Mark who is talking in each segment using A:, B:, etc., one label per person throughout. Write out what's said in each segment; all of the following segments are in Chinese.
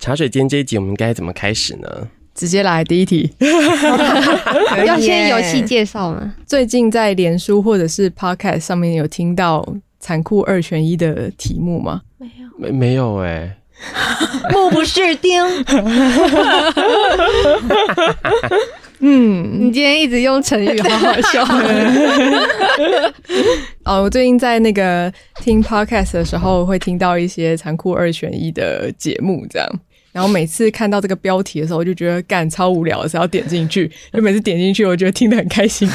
A: 茶水间这一集我们该怎么开始呢？
B: 直接来第一题。 哎
C: 要先游戏介绍吗？
B: 最近在脸书或者是 Podcast 上面有听到残酷二选一的题目吗？
A: 没没有哎、
C: 目不识丁。嗯，你今天一直用成语，好好笑。
B: 哦，我最近在那个听 podcast 的时候，会听到一些残酷二选一的节目，这样。然后每次看到这个标题的时候，我就觉得干超无聊的，是要点进去。就每次点进去，我觉得听得很开心。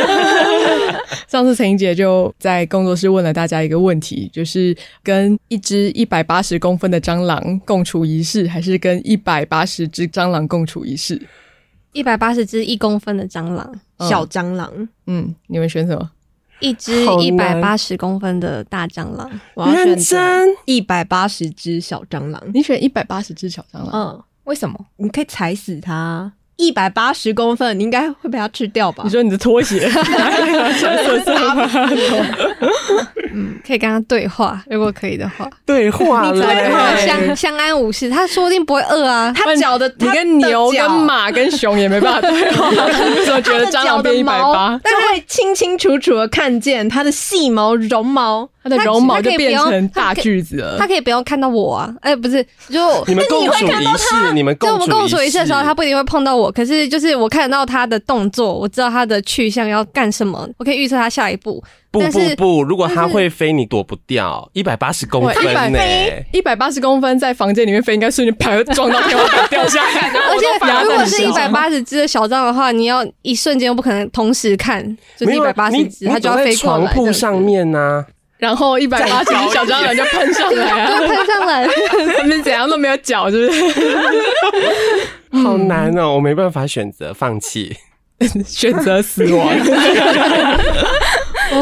B: 上次陈英姐就在工作室问了大家一个问题，就是跟一只一百八十公分的蟑螂共处一室，还是跟一百八十只蟑螂共处一室？
C: 一百八十只一公分的蟑螂，
B: 嗯
D: 小蟑螂，
B: 嗯，你们选什么？
C: 一只
A: 好
C: 一百
A: 难
C: 八十公分的大蟑螂，
D: 我要
A: 认
D: 选择
A: 真，
D: 一百八十只小蟑螂。
B: 你选一百八十只小蟑螂？
D: 嗯，
B: 为什么？
D: 你可以踩死它。一百八十公分，你应该会被它吃掉吧？
B: 你说你的拖 鞋？
C: 可以跟他对话，如果可以的话，
A: 对 话
D: 你对
A: 嘞，
D: 话
C: 哇相相安无事，他说不定不会饿啊。
D: 它脚的，
B: 你
D: 它
B: 跟
D: 的
B: 牛、
D: 脚
B: 跟马、跟熊也没办法对话，为什么觉得蟑螂变一百八？
D: 就会清清楚楚的看见它的细毛、绒毛。
B: 它的绒毛就变成大锯子
C: 他
B: 了。
C: 可以不用看到我啊，哎、不是，就
A: 你们共处
C: 看
A: 一室，你们
C: 就
A: 共
C: 我们共处一室的时候，他
A: 他
C: 不一定会碰到我，可是就是我看得到他的动作，我知道他的去向要干什么，我可以预测他下一步。
A: 不
C: 但
A: 不
C: 是
A: 不，如果它
C: 但是
A: 会飞，你躲不掉，一百八十公分欸
B: 180
A: 呢、
B: 一百八十公分在房间里面飞，应该瞬间啪撞到天花板掉下 来。
C: 而且如果是一
B: 180
C: 百八十只的小蟑螂的话，你要一瞬间又不可能同时看，就是
A: 没
C: 一
A: 有啊
C: 百八十
A: 你
C: 只，
A: 你
C: 它就要
A: 躲在
C: 飞过
A: 床
C: 来。
A: 铺上面啊呢、
B: 然后一百八十只小蟑螂就喷上 来啊！
C: 对，喷上来。
B: 他们怎样都没有脚，是不是？
A: 好
C: 嗯
A: 难哦、我没办法选择放弃。
B: 选择死 亡，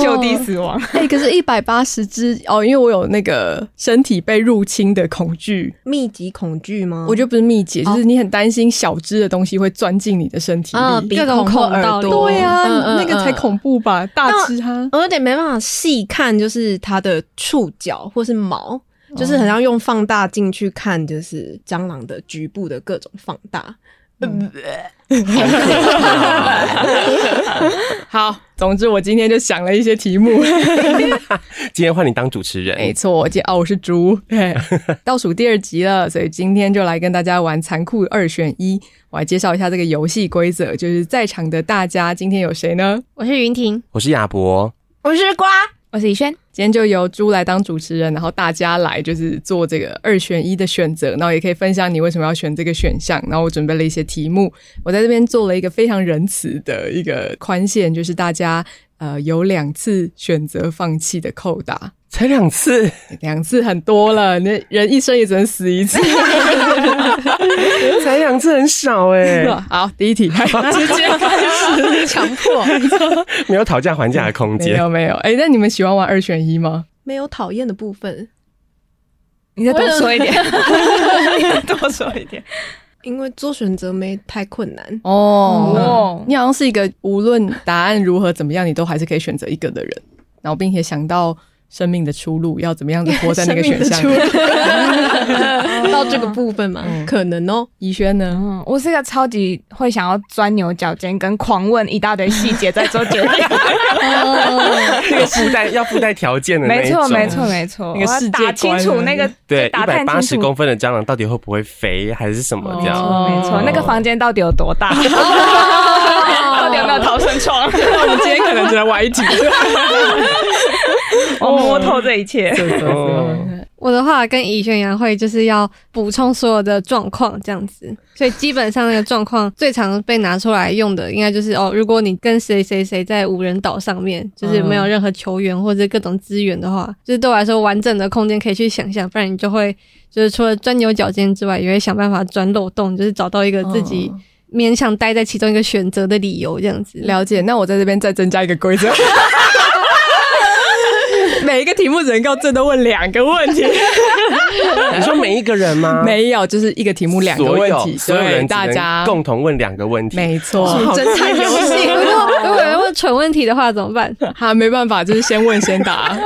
E: 就地死亡。
B: 哎，可是，一百八十只哦，因为我有那个身体被入侵的恐惧，
D: 密集恐惧吗？
B: 我觉得不是密集，就是你很担心小只的东西会钻进你的身体
D: 哦啊，
B: 里。
D: 鼻
C: 各种
D: 孔或
C: 孔道
D: 耳
C: 理
D: 朵，
B: 对啊，
D: 嗯嗯
B: 那个才
D: 嗯
B: 恐怖吧？大只它
D: 我有点没办法细看，就是它的触角或是毛，
B: 嗯
D: 就是很像用放大镜去看，就是蟑螂的局部的各种放大。
B: 好，总之我今天就想了一些题目。
A: 今天换你当主持人，
B: 没错，今哦我是猪， 对，倒数第二集了，所以今天就来跟大家玩残酷二选一。我来介绍一下这个游戏规则，就是在场的大家今天有谁呢？
C: 我是云婷，
A: 我是亚博，
D: 我是瓜，
E: 我是以轩，
B: 今天就由猪来当主持人，然后大家来就是做这个二选一的选择，然后也可以分享你为什么要选这个选项。然后我准备了一些题目，我在这边做了一个非常仁慈的一个宽限，就是大家呃有两次选择放弃的扣打，
A: 才两次，
B: 两次很多了，那人一生也只能死一次。
A: 才两次很少 哎、
B: 好，第一题，直接开始，强迫。
A: 没有讨价还价的空
B: 没
A: 间。
B: 有没有，哎、那你们喜欢玩二选一吗？
D: 没有讨厌的部分，
E: 你再多说 一 点，多说一点。
D: 因为做选择没太困难。
B: 哦
E: 嗯
B: 你好像是一个无论答案如何怎么样，你都还是可以选择一个的人，然后并且想到生命的出路要怎么样子活在那个选项
D: 生
B: 里
D: 命。的出 路到这个部分嘛，
B: 嗯
D: 可能哦。
B: 怡轩呢？
E: 嗯，我是一个超级会想要钻牛角尖跟狂问一大堆细节再做决 定。
A: 那个附带要附带条件的那一
E: 没错，
A: 种，
E: 没错，没错。
B: 那个
E: 我
B: 世
E: 要
B: 界
E: 打清楚
B: 观啊
E: 那个
A: 对，
E: 打
A: 一百
E: 探
A: 八十
E: 清楚
A: 公分的蟑螂到底会不会飞，还是什么这样？
B: 哦
E: 没错，那个房间到底有多 大？
C: 哦
E: 哦到底有没有逃生窗？
B: 那我们今天哎可能只能玩一题。
E: 我摸透这一切。
A: 哦
D: 嗯
C: 我的话跟怡轩一样，会就是要补充所有的状况这样子，所以基本上那个状况最常被拿出来用的，应该就是哦，如果你跟谁谁谁在无人岛上面，就是没有任何球员或者各种资源的话，就是对我来说完整的空间可以去想象，不然你就会就是除了钻牛角尖之外，也会想办法钻漏洞，就是找到一个自己勉强待在其中一个选择的理由这样子。
B: 了解，那我在这边再增加一个规则。 每一个题目只能够最多问两个问 题，
A: 你说每一个人吗？
B: 没有，就是一个题目两个
A: 所
B: 问
A: 有
B: 题，
A: 所有
B: 对
A: 人只
B: 大
A: 能
B: 家
A: 共同问两个问题。
B: 没错，
D: 侦探游戏，
C: 如 果如果有人问蠢问题的话怎么办？
B: 好，没办法，就是先问先答。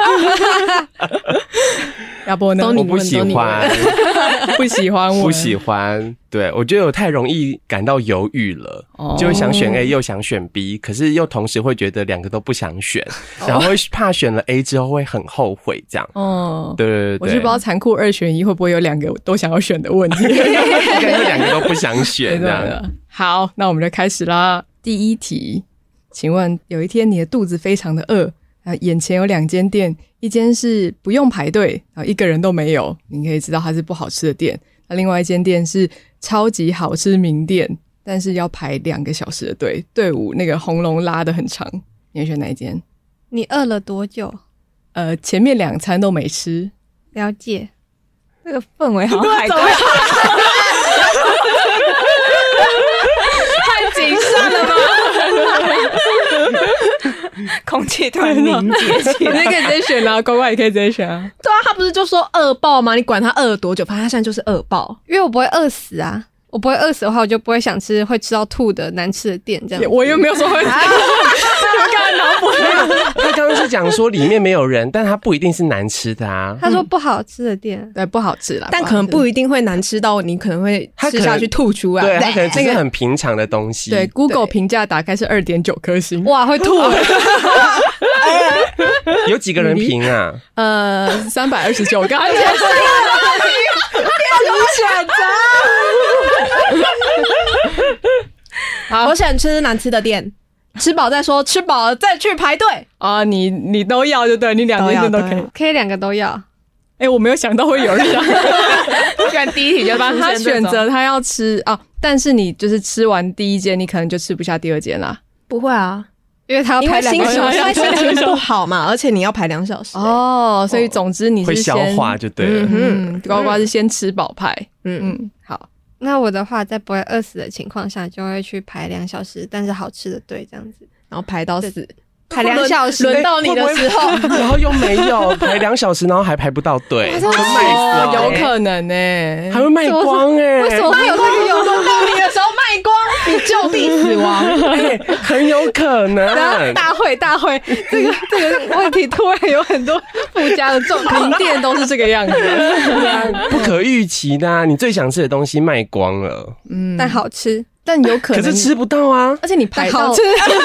B: 亚伯呢？
A: 我不喜欢，
B: 不喜欢我，
A: 不喜欢。对我觉得我太容易感到犹豫了，
B: 哦
A: 就会想选 A 又想选 B，可是又同时会觉得两个都不想选，然后会怕选了 A 之后会很后悔这样。
B: 哦。
A: 对对对
B: 我是不 知道残酷二选一会不会有两个都想要选的问题。
A: 一个又两个都不想
B: 对
A: 选这样。
B: 的。好，那我们就开始啦。第一题，请问有一天你的肚子非常的饿，啊，眼前有两间店，一间是不用排队，啊，一个人都没有，你可以知道它是不好吃的店；那另外一间店是超级好吃名店，但是要排两个小时的队，队伍那个红龙拉的很长。你会选哪一间？
C: 你饿了多久？
B: 呃，前面两餐都没吃，
C: 了解，
E: 这个哦氛围好像海龟，太 谨慎了 吧？空气突然凝 结起
B: 你
E: 来。
B: 可以直接选啊，乖乖也可以直接选啊。
D: 对啊，他不是就说恶报吗？你管他饿多久，反正他现在就是恶报。
C: 因为我不会饿死啊。我不会饿死的话，我就不会想吃会吃到吐的难吃的店这样子。
B: 我又没有说 会，
A: 他刚刚是讲说里面没有人，但他不一定是难吃的 啊。
C: 他说不好吃的店，
B: 对，不好吃啦，
D: 但
B: 好
D: 可能
B: 吃
D: 不一定会难吃到，你可能会
A: 他
D: 吃
A: 可能
D: 下去吐出来。
A: 对，他可能只
D: 那
A: 是
D: 个
A: 很平常的东西。
B: 对，Google 评价打开是二点九颗星，
D: 哇会吐，
A: 有几个人评啊？
B: 呃，三百二十九，刚刚讲
D: 我想吃难吃的店，吃饱再说，吃饱了再去排队。
B: 啊，你你都要就对，你两件事都可
E: 都
B: 以
E: 要。
C: 可以两个都要。
B: 哎，我没有想到会有人 想，
E: 居然第一题就
B: 把
E: 帮
B: 他选择他要吃啊，但是你就是吃完第一间，你可能就吃不下第二间啦。
D: 不会啊，
C: 因为他要
D: 因
C: 排
D: 为
C: 两
D: 心
C: 个
D: 情，
C: 小
D: 因为
C: 时，
D: 心情不好嘛，而且你要排两小时。
B: 哦，所以总之你是
A: 会消
B: 先
A: 化，就对了。
B: 嗯，呱呱是先吃饱派，
D: 嗯，
B: 嗯，好，
C: 那我的话，在不会饿死的情况下，就会去排两小时，但是好吃的队这样子，
D: 然后排到死，
C: 排两小时。
D: 轮到你的时候，
A: 然后又没有排两小时，然后还排不到队，会卖
B: 哦
A: 光，哎
B: 有可能
A: 还
B: 呢。
A: 会卖光哎，
C: 为什么会有这个有
D: 轮到你的时候卖光，你就地死亡。
A: 哎？很有可 能。
C: 大会大会，这个这个问题突然有很多附加的重
B: 名店都是这个样子，
A: 不可预期的啊，你最想吃的东西卖光了，
B: 嗯，
C: 但好吃。
B: 但有可
A: 可
B: 能
A: 是吃不到啊。
B: 而且你排到，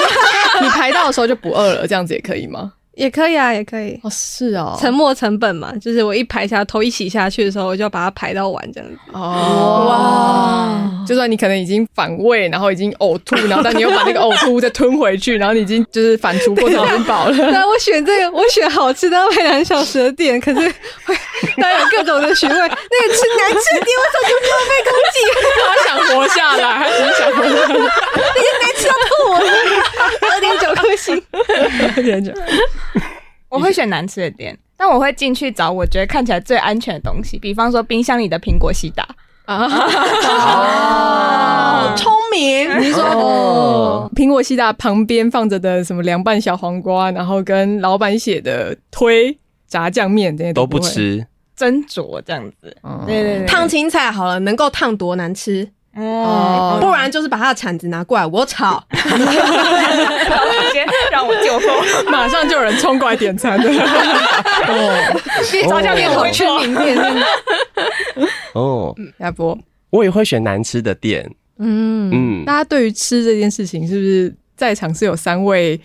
B: 你排到的时候就不饿了，这样子也可以吗？
C: 也可以啊，也可以。
B: 哦，是哦，
C: 沉没成本嘛，就是我一排下头一洗下去的时候，我就要把它排到完这样子。
B: 哦，哇！就算你可能已经反胃，然后已经呕吐， 然后但你又把那个呕吐物再吞回去，然后你已经就是反刍过程已经饱了。
C: 啊 那我选这个，我选好吃的要排两小时的店，可是 会当然有各种的询 问，那个吃难吃的店，我早就没有被
B: 他想活
C: 攻击，
B: 下来，他只是想活下来。
C: 那个难吃到吐我，二点九颗星。
E: 我会选难吃的店，但我会进去找我觉得看起来最安全的东西，比方说冰箱里的苹果西打。
B: 嗯
E: 啊
D: 好哦聪 明，
B: 你说
A: 哦
B: 苹果西达旁边放着的什么凉拌小黄瓜，然后跟老板写的推炸酱面这些
A: 都不
B: 不会，
A: 吃，
E: 斟酌这样子，
B: 哦
E: 对对对，
D: 烫青菜好了，能够烫多难吃，
E: 哦，
D: 不然就是把他的铲子拿过来，我炒。
E: 直接让我 救火，
B: 马上就有人冲过来点餐 的。哦
E: 炸酱面我会吃
C: 名店，
A: 哦，
B: 亚波，
A: 我也会选难吃的店。
C: 嗯，
A: 嗯，
B: 大家对于吃这件事情，是不是在场是有三位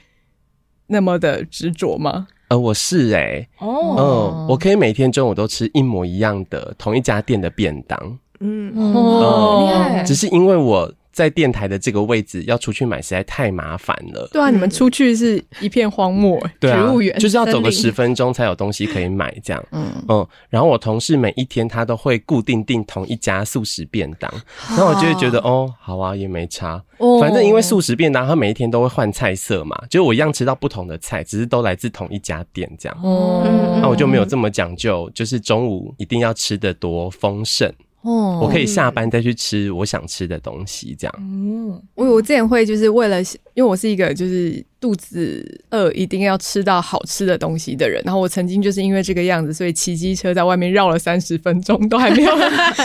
B: 那么的执着吗？
A: 呃，我是哎，
E: 哦，
A: 嗯，我可以每天中午都吃一模一样的同一家店的便当，
D: 嗯，
E: 哦厉害
B: 哎
A: 只是因为我在电台的这个位置要出去买实在太麻烦了。
B: 对啊，你们出去是一片荒漠、欸，
A: 对啊
B: 植物园，
A: 就是要走个
B: 森林
A: 十，分钟才有东西可以买，这样。
B: 嗯，
A: 嗯，然后我同事每一天他都会固定订同一家素食便当，然后我就会觉得哦，好啊，也没差，
B: 哦
A: 反正因为素食便当它每一天都会换菜色嘛，就是我一样吃到不同的菜，只是都来自同一家店这样。
B: 哦
A: 那我就没有这么讲究，就是中午一定要吃的多丰盛，
B: 哦
A: 我可以下班再去吃我想吃的东西，这样。
E: 嗯，
B: 我我之前会就是为了，因为我是一个就是肚子饿一定要吃到好吃的东西的人。然后我曾经就是因为这个样子，所以骑机车在外面绕了三十分钟，都还没有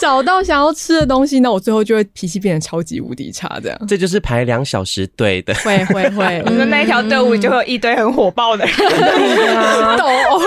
B: 找到想要吃的东西。那我最后就会脾气变得超级无敌差，这样
A: 这就是排两小时队 的。
B: 会会嗯会
E: 我，们的那一条队伍就会有一堆很火爆的 人，
B: 斗殴。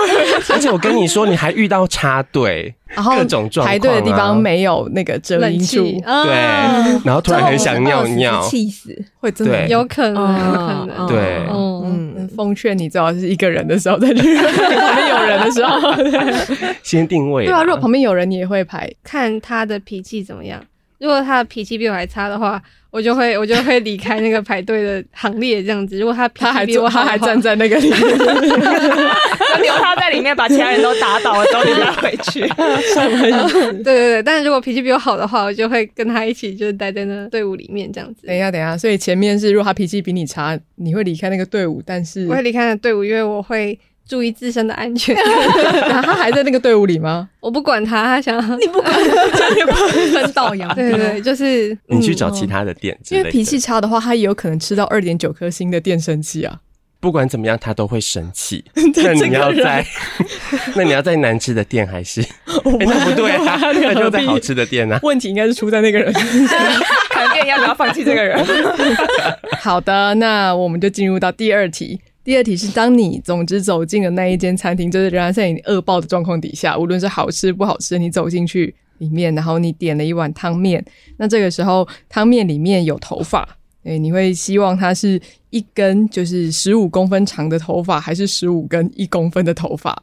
A: 而且我跟你说，你还遇到插队，
B: 然后
A: 各种状况啊
B: 排队的地方没有那个遮
C: 冷
B: 阴
C: 气
B: 处，，
A: 对
C: 啊，
B: 嗯
A: 然后突然很想尿尿，
D: 气死。
B: 会真的
A: 对
C: 有可能，有可
D: 嗯
C: 能，
A: 对
C: 哦嗯，
B: 嗯，奉劝你最好是一个人的时候再去，旁边有人的时候。
A: 先定位
B: 对
A: 啦。
B: 啊，如果旁边有人，你也会排。
C: 看他的脾气怎么样。如果他的脾气比我还差的话，我就会我就会离开那个排队的行列这样子。如果他脾
B: 他还
C: 气比我
B: 坐，
C: 好
B: 他
C: 的
B: 还
C: 话
B: 站在那个里面，
E: 留他在里面把其他人都打倒了，之后你再回 去。
C: 对对对，但是如果脾气比我好的话，我就会跟他一起就是待在那队伍里面这样子
B: 等。一下，等一下，所以前面是，如果他脾气比你差，你会离开那个队伍，但是
C: 我会离开那队伍，因为我会注意自身的安 全。
B: 啊他还在那个队伍里吗？
C: 我不管他，他想要
D: 不管，分道扬
C: 对对对，就是
A: 你去找其他的店之
B: 嗯因
A: 类的，
B: 为脾气差的话，他也有可能吃到二点九颗星的电生气啊。
A: 不管怎么样，他都会生 气。那你要在，那你要在难吃的店还是？哎那不对 啊，那就在好吃的店啊。
B: 问题应该是出在那个人。
E: 看店要不要放弃这个人？
B: 好的，那我们就进入到第二题。第二题是，当你总之走进了那一间餐厅，就是仍然在你饿爆的状况底下，无论是好吃不好吃，你走进去里面，然后你点了一碗汤面，那这个时候汤面里面有头发，诶，你会希望它是一根就是十五公分长的头发，还是十五根一公分的头发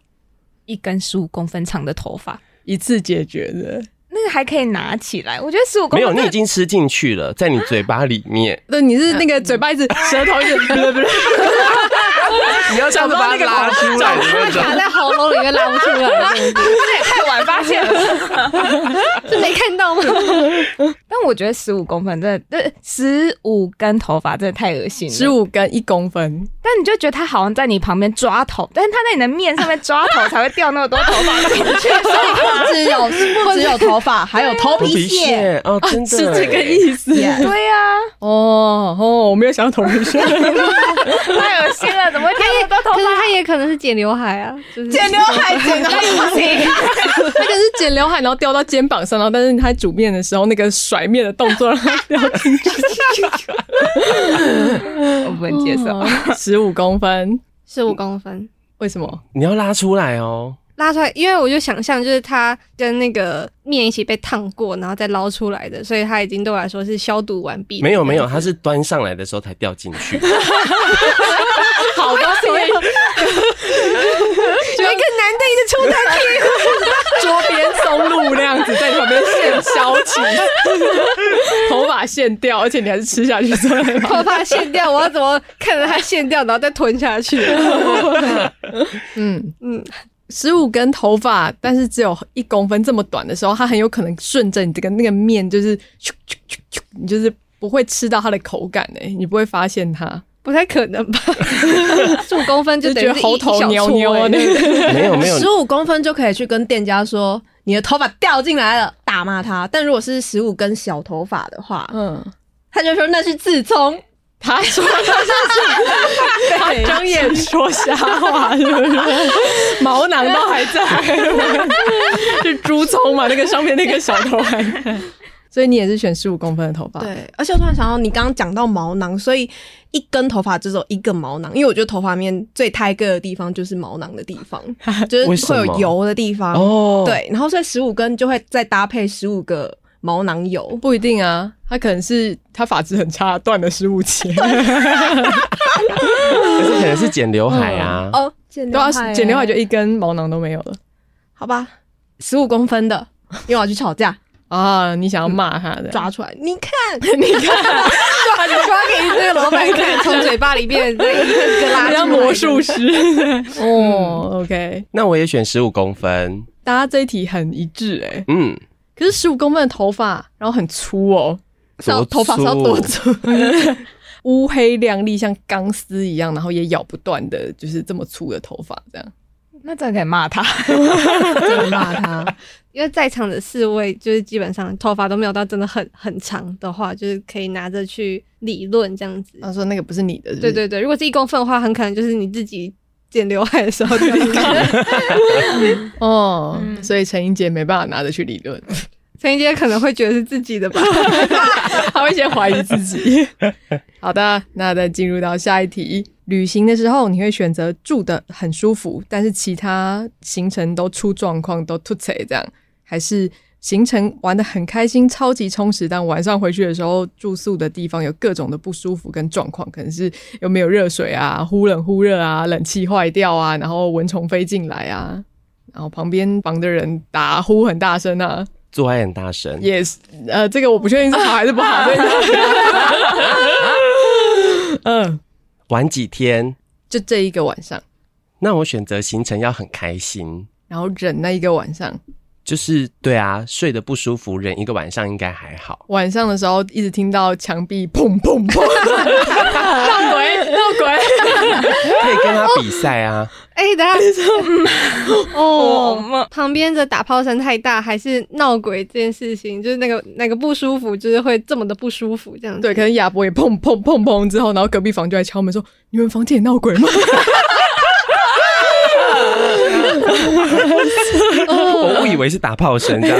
E: 一根十五公分长的头发，
B: 一次解决的？，
E: 那个还可以拿起来。我觉得十五公
A: 没
E: 分
A: 有，你已经吃进去了，在你嘴巴里面
B: 对，你是那个嘴巴一直舌头一 直不是不是，
A: 你要想把它拉出来的那
C: 卡
A: 种。
C: 在喉咙里面拉不出来，这样子
E: 太晚发现了。
C: 是没看到吗？
E: 但我觉得十五公分真的，呃，十五根头发真的太恶心了。
B: 十，五根一公分，
E: 但你就觉得他好像在你旁边抓头，但是他在你的面上面抓头才会掉那么多头 发进去。所以
D: 不只有不只有头
B: 啊
D: 发，还有头皮屑。，
A: 哦，真的
B: 是这个意思。
E: 对呀、
B: 哦哦，我没有想到同一 事。
E: 太恶心了，怎么会掉那么多
C: 可
E: 头
C: 是
E: 发？
C: 他也可能是剪刘海啊，就是
E: 海， 剪到不行。
B: 他可是剪刘海，然后掉到肩膀上，然后但是他煮面的时候那个甩面的动作让他掉进 去，
E: 我不能接 受。
B: 十五公分，
C: 十五公分。
B: 为什么？
A: 你要拉出来哦。
C: 拉出来，因为我就想象就是它跟那个面一起被烫过，然后再捞出来的，所以它已经对我来说是消毒完毕。
A: 没有没有，它是端上来的时候才掉进去。
B: 好多所以
C: 有一个男的一直出来，
B: 桌边松露那样子在旁边现削起， 头发现掉，而且你还是吃下去对吗？
C: 头发线掉，我要怎么看着它线掉，然后再吞下去？
B: 嗯嗯
C: 嗯。
B: 十五根头发，但是只有一公分这么短的时候，它很有可能顺着你这个那个面，就是咻咻咻咻，你就是不会吃到它的口感诶、你不会发现它。
C: 不太可能吧？十五公分就等于
B: 觉得
C: 是一
B: 猴头扭扭啊
C: 一小撮 欸
A: 没有没有
D: 十，五公分就可以去跟店家说你的头发掉进来了，大骂他。但如果是十五根小头发的话，
B: 嗯，
D: 他就说那是自葱。
B: 他说他是他睁眼说瞎话，是不是？毛囊都还在，是猪葱嘛？那个上面那个小头还在，所以你也是选十五公分的头发。
D: 对，而且我突然想到，你刚刚讲到毛囊，所以一根头发只有一个毛囊，因为我觉得头发里面最胎割的地方就是毛囊的地方，就是
A: 为什
D: 会
A: 么
D: 有油的地方。
A: 哦，，
D: 对，然后所以十五根就会再搭配十五个毛囊油。
B: 不一定啊，他可能是他发质很差，断了十五节。
A: 可是可能是剪刘海啊。
D: 哦，剪
B: 对
D: 刘海
B: 啊，
D: 欸，
B: 剪刘海就一根毛囊都没有了
D: 好吧，十五公分的，因为我要去吵架，
B: 啊！你想要骂他的？
D: 抓出来，你 看，
C: 把你抓给那个老板看，从嘴巴里面 那一个一个
B: 人家
C: 拉出来
B: 魔术师哦，OK，
A: 那我也选十五公分。
B: 大家这一题很一致哎、
A: 嗯，
B: 可是十五公分的头发，然后很粗哦，
A: 多
D: 头发是要多粗？
B: 乌黑亮丽，像钢丝一样，然后也咬不断的，就是这么粗的头发，这样
E: 那真的可以骂他。
D: 真的
C: 啊
D: 骂他。
C: 因为在场的四位就是基本上头发 都没有到真的很很长的话，就是可以拿着去理论这样子。
B: 他说那个不是你的，是不
C: 对
B: 是，
C: 对对，如果是一公分的话，很可能就是你自己剪刘海的时候就理 论。
B: 哦，
E: 嗯
B: 所以陈英杰没办法拿着去理论，
C: 陈怡姐可能会觉得是自己的吧。
B: 他会先怀疑自己。 好的，那再进入到下一题。旅行的时候，你会选择住的很舒服，但是其他行程都出状况，都吐槽这样，还是行程玩的很开心，超级充实，但晚上回去的时候，住宿的地方有各种的不舒服跟状况，可能是有没有热水啊，忽冷忽热啊，冷气坏掉啊，然后蚊虫飞进来啊，然后旁边房的人打呼很大声啊，
A: 做爱很大声，
B: 也是，呃，这个我不确定是好还是不好。 所以嗯，
A: 玩几天。
B: 就这一个晚上，
A: 那我选择行程要很开心，
B: 然后忍那一个晚上，
A: 就是对啊，睡得不舒服，忍一个晚上应该还好。
B: 晚上的时候一直听到墙壁砰砰砰， 闹鬼闹鬼，
A: 可以跟他比赛啊，
C: 哎、等一下， 哦，
E: 梦
C: 旁边的打炮声太大，还是闹鬼这件事情，就是那个那个不舒服，就是会这么的不舒服这样子。
B: 对，可能亚伯也砰砰砰砰之后，然后隔壁房就来敲门说：“你们房间也闹鬼吗？”
A: 我误以为是打炮声这样。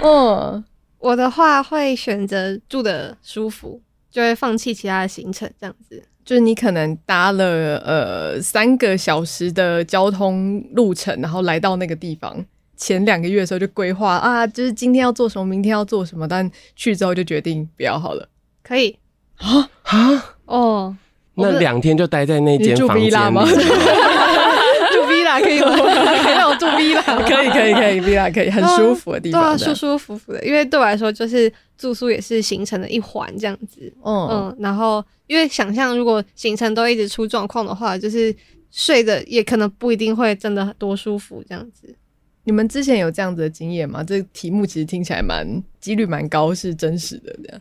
B: 嗯，
C: 我的话会选择住的舒服，就会放弃其他的行程这样子。
B: 就是你可能搭了呃三个小时的交通路程，然后来到那个地方。前两个月的时候就规划啊，就是今天要做什么，明天要做什么，但去之后就决定不要好了。
C: 可以
A: 啊，
C: 哦，我
A: 那
C: 不
A: 两天就待在那
B: 你
A: 间
B: 住
A: 房
B: v
A: 间
B: 啦吗？
A: 里。
B: 住 v 啦可以吗？ 可以让我住 v 啦？可以可以可以 v 啦可以，很舒服的地
C: 对啊，
B: 方。
C: 舒舒服服的，因为对我来说，就是住宿也是行程的一环这样子。
A: 哦
B: 嗯，
C: 嗯，然后因为想象如果行程都一直出状况的话，就是睡的也可能不一定会真的多舒服这样子。
B: 你们之前有这样子的经验吗？这个题目其实听起来蛮几率蛮高，是真实的这样。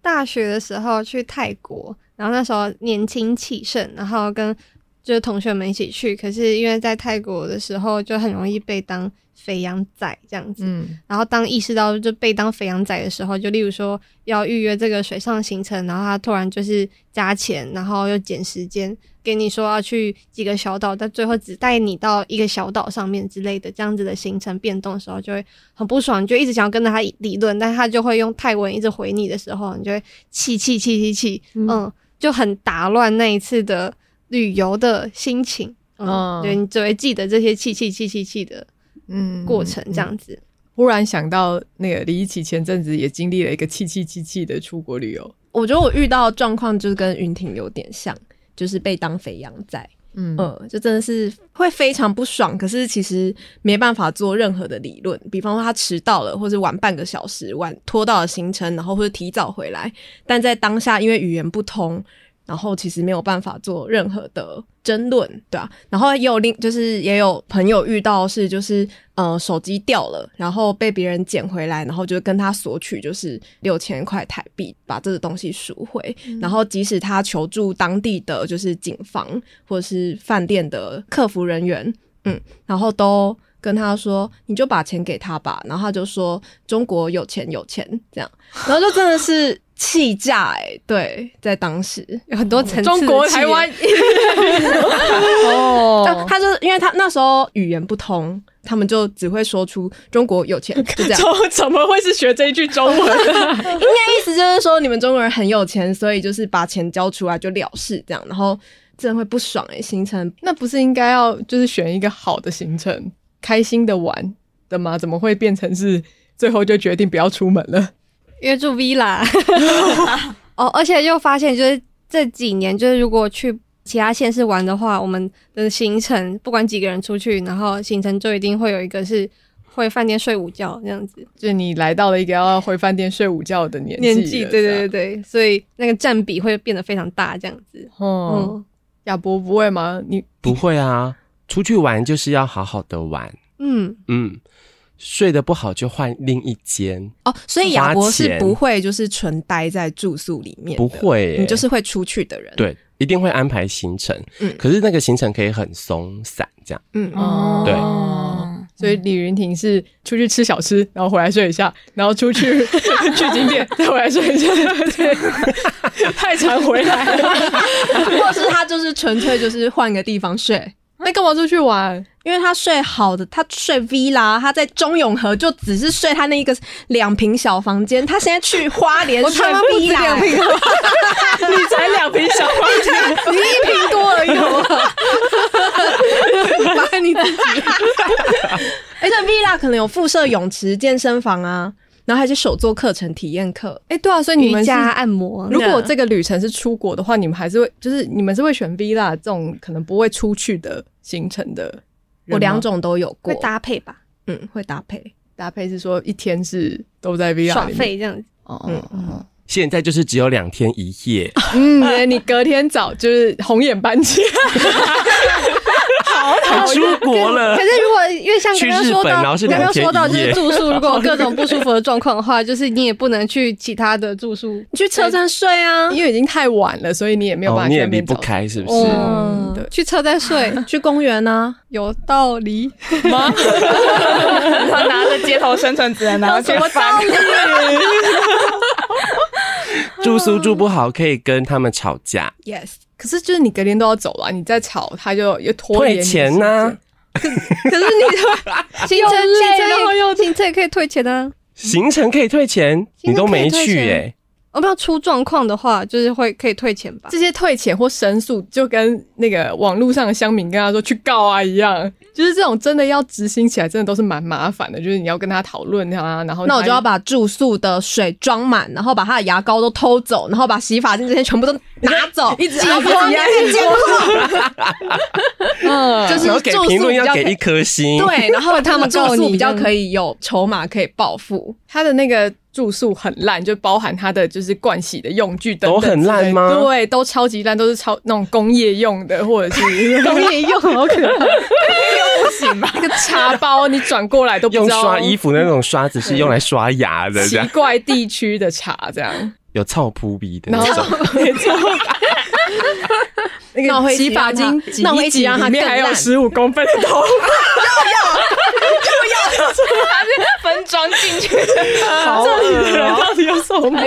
C: 大学的时候去泰国，然后那时候年轻气盛，然后跟就是同学们一起去，可是因为在泰国的时候就很容易被当肥羊仔这样子，
B: 嗯，
C: 然后当意识到就被当肥羊仔的时候，就例如说要预约这个水上行程，然后他突然就是加钱，然后又减时间，给你说要啊去几个小岛，但最后只带你到一个小岛上面之类的，这样子的行程变动的时候，就会很不爽，你就一直想要跟着他理论，但他就会用泰文一直回你的时候，你就会气气气气气，嗯就很打乱那一次的旅游的心情。嗯
B: 嗯，
C: 对你只会记得这些气气气气气的
B: 嗯
C: 过程，这样子。
B: 忽然想到，那个李一奇前阵子也经历了一个气气气气的出国旅游。
D: 我觉得我遇到的状况就是跟云婷有点像，就是被当肥羊仔，
B: 嗯
D: 呃，就真的是会非常不爽。可是其实没办法做任何的理论，比方说他迟到了，或是晚半个小时，晚拖到了行程，然后或者提早回来，但在当下因为语言不通。然后其实没有办法做任何的争论，对啊。然后也有另就是也有朋友遇到是就是呃手机掉了，然后被别人捡回来，然后就跟他索取就是六千块台币，把这个东西赎回。然后即使他求助当地的就是警方或者是饭店的客服人员，嗯，然后都。跟他说，你就把钱给他吧，然后他就说中国有钱有钱这样，然后就真的是气炸哎、对，在当时，
C: 有很多层次的
E: 中国
C: 气
E: 台湾
D: 但
E: 哦，
D: 他就是因为他那时候语言不通，他们就只会说出中国有钱，就这样。
E: 中怎么会是学这一句中文？
D: 意思就是说你们中国人很有钱，所以就是把钱交出来就了事这样，然后真的会不爽哎、形成
B: 那不是应该要就是选一个好的行程，开心的玩的吗？怎么会变成是最后就决定不要出门了？
C: 约住 V 啦。 哦，而且又发现，就是这几年，就是如果去其他县市玩的话，我们的行程不管几个人出去，然后行程就一定会有一个是会饭店睡午觉这样子
B: 就是你来到了一个要回饭店睡午觉的年纪了，
C: 年纪，啊对
B: 这
C: 对对
B: 样，
C: 对，所以那个占比会变得非常大这样子。
B: 哦，
C: 嗯
B: 亚伯不会吗？你
A: 不会啊，出去玩就是要好好的玩。
C: 嗯，
A: 嗯，睡得不好就换另一间，
D: 哦，所以亚
A: 花
D: 伯是
A: 钱
D: 不会就是纯待在住宿里面的，
A: 不会耶、
D: 你就是会出去的人。
A: 对一定会安排行程，
D: 嗯
A: 可是那个行程可以很松散，这样
D: 嗯，
B: 哦
A: 对
E: 哦
B: 所以李云婷是出去吃小吃，然后回来睡一下，然后出 去去景点，再回来睡一下，对，太常回来了。
D: 或是他就是纯粹就是换个地方睡，
B: 那干嘛出去玩？
D: 因为他睡好的，他睡 V 啦，他在中永和就只是睡他那一个两平小房间，他现在去 花莲睡 V 啦，
C: 平，
B: 你才两瓶小花酒，
C: 你一瓶多而已好 不好，
D: 烦你自己。 而且 V 啦可能有附设泳池、健身房啊，然后还有一些手作课程、体验课。
B: 哎、对啊，所以你
C: 瑜
B: 们是
C: 伽。按摩。啊
B: 如果这个旅程是出国的话，你们还是会，就是你们是会选 villa 这种可能不会出去的行程的人吗。
D: 我两种都有过
C: 会，搭配吧，
D: 嗯，会搭配。
B: 搭配是说一天是都在 villa
C: 耍
B: 里面
C: 费这样子。
B: 哦，
D: 嗯
B: 嗯
A: 现在就是只有两天一夜，
B: 嗯，你隔天早就是红眼班 机，
A: 出国了
C: 可。是如果因为像刚刚
A: 去日
C: 说
A: 本
C: 到，
A: 然后是
C: 刚
A: 两
C: 刚
A: 天
C: 说到
A: 一
C: 就是
A: 夜
C: 住宿，如果有各种不舒服的状况的话，就是你也不能去其他的住宿。
D: 你去车站睡啊，
B: 因为已经太晚了，所以你也没有办
A: 哦，
B: 法
A: 你
B: 去
A: 也离
B: 那边
A: 不
B: 找。
A: 开，是不是？
B: 嗯
C: 嗯，去车站睡
D: 去公园啊，
C: 有道理。
B: 吗？
E: 然后拿着街头生存指南，然后去 翻。
A: 住宿住不好可以跟他们吵架，
D: Yes，
B: 可是就是你隔天都要走了，你再吵他就又拖
A: 退
B: 延你
A: 钱
B: 的
A: 呐、
B: 时间
C: 可是你行程行程
B: 然后
C: 也行程也可以退钱啊。
A: 行程可以退钱，
C: 行程
A: 你都没
C: 可以退
A: 去
C: 钱
A: 哎、
C: 哦，不要出状况的话，就是会可以退钱吧。
B: 这些退钱或申诉，就跟那个网络上的乡民跟他说去告啊一样，就是这种真的要执行起来，真的都是蛮麻烦的。就是你要跟他讨论啊，然后
D: 那我
B: 他
D: 就要把住宿的水装满，然后把他的牙膏都偷走，然后把洗发精这些全部都拿走，一直挤破那个监 控，就是
A: 然后给
D: 住
A: 评
D: 宿
A: 论
D: 比
A: 要
D: 较
A: 给
D: 可
A: 一
D: 以
A: 颗星，
D: 对，然后 他们住
C: 告
D: 宿
C: 你
D: 比较
C: 这样
D: 可以有筹码可以暴富。
B: 他的那个住宿很烂，就包含他的就是盥洗的用具等等
A: 都很
B: 之类的
A: 烂吗
B: 对，都超级烂，都是超那种工业用的，或者是
C: 我也用 好可怕。
B: 那个茶包，你转过来都 不
A: 用
B: 知道
A: 刷衣服那种刷子是用来刷牙 的，这
B: 奇
A: 样
B: 怪地区的茶这样，
A: 有臭扑鼻的
B: 然
A: 那
B: 后
A: 种。
B: 那
D: 那我
B: 个
D: 会
C: 啊
D: 一起
B: 洗发精
D: 让它
B: 挤
D: 那我
B: 一
D: 会一起
B: 挤，
D: 让它
B: 里面
D: 更
B: 还有
D: 烂
B: 十五公分的头发，
E: 分装进去，
A: 好恶 哦、
B: 到底有什么？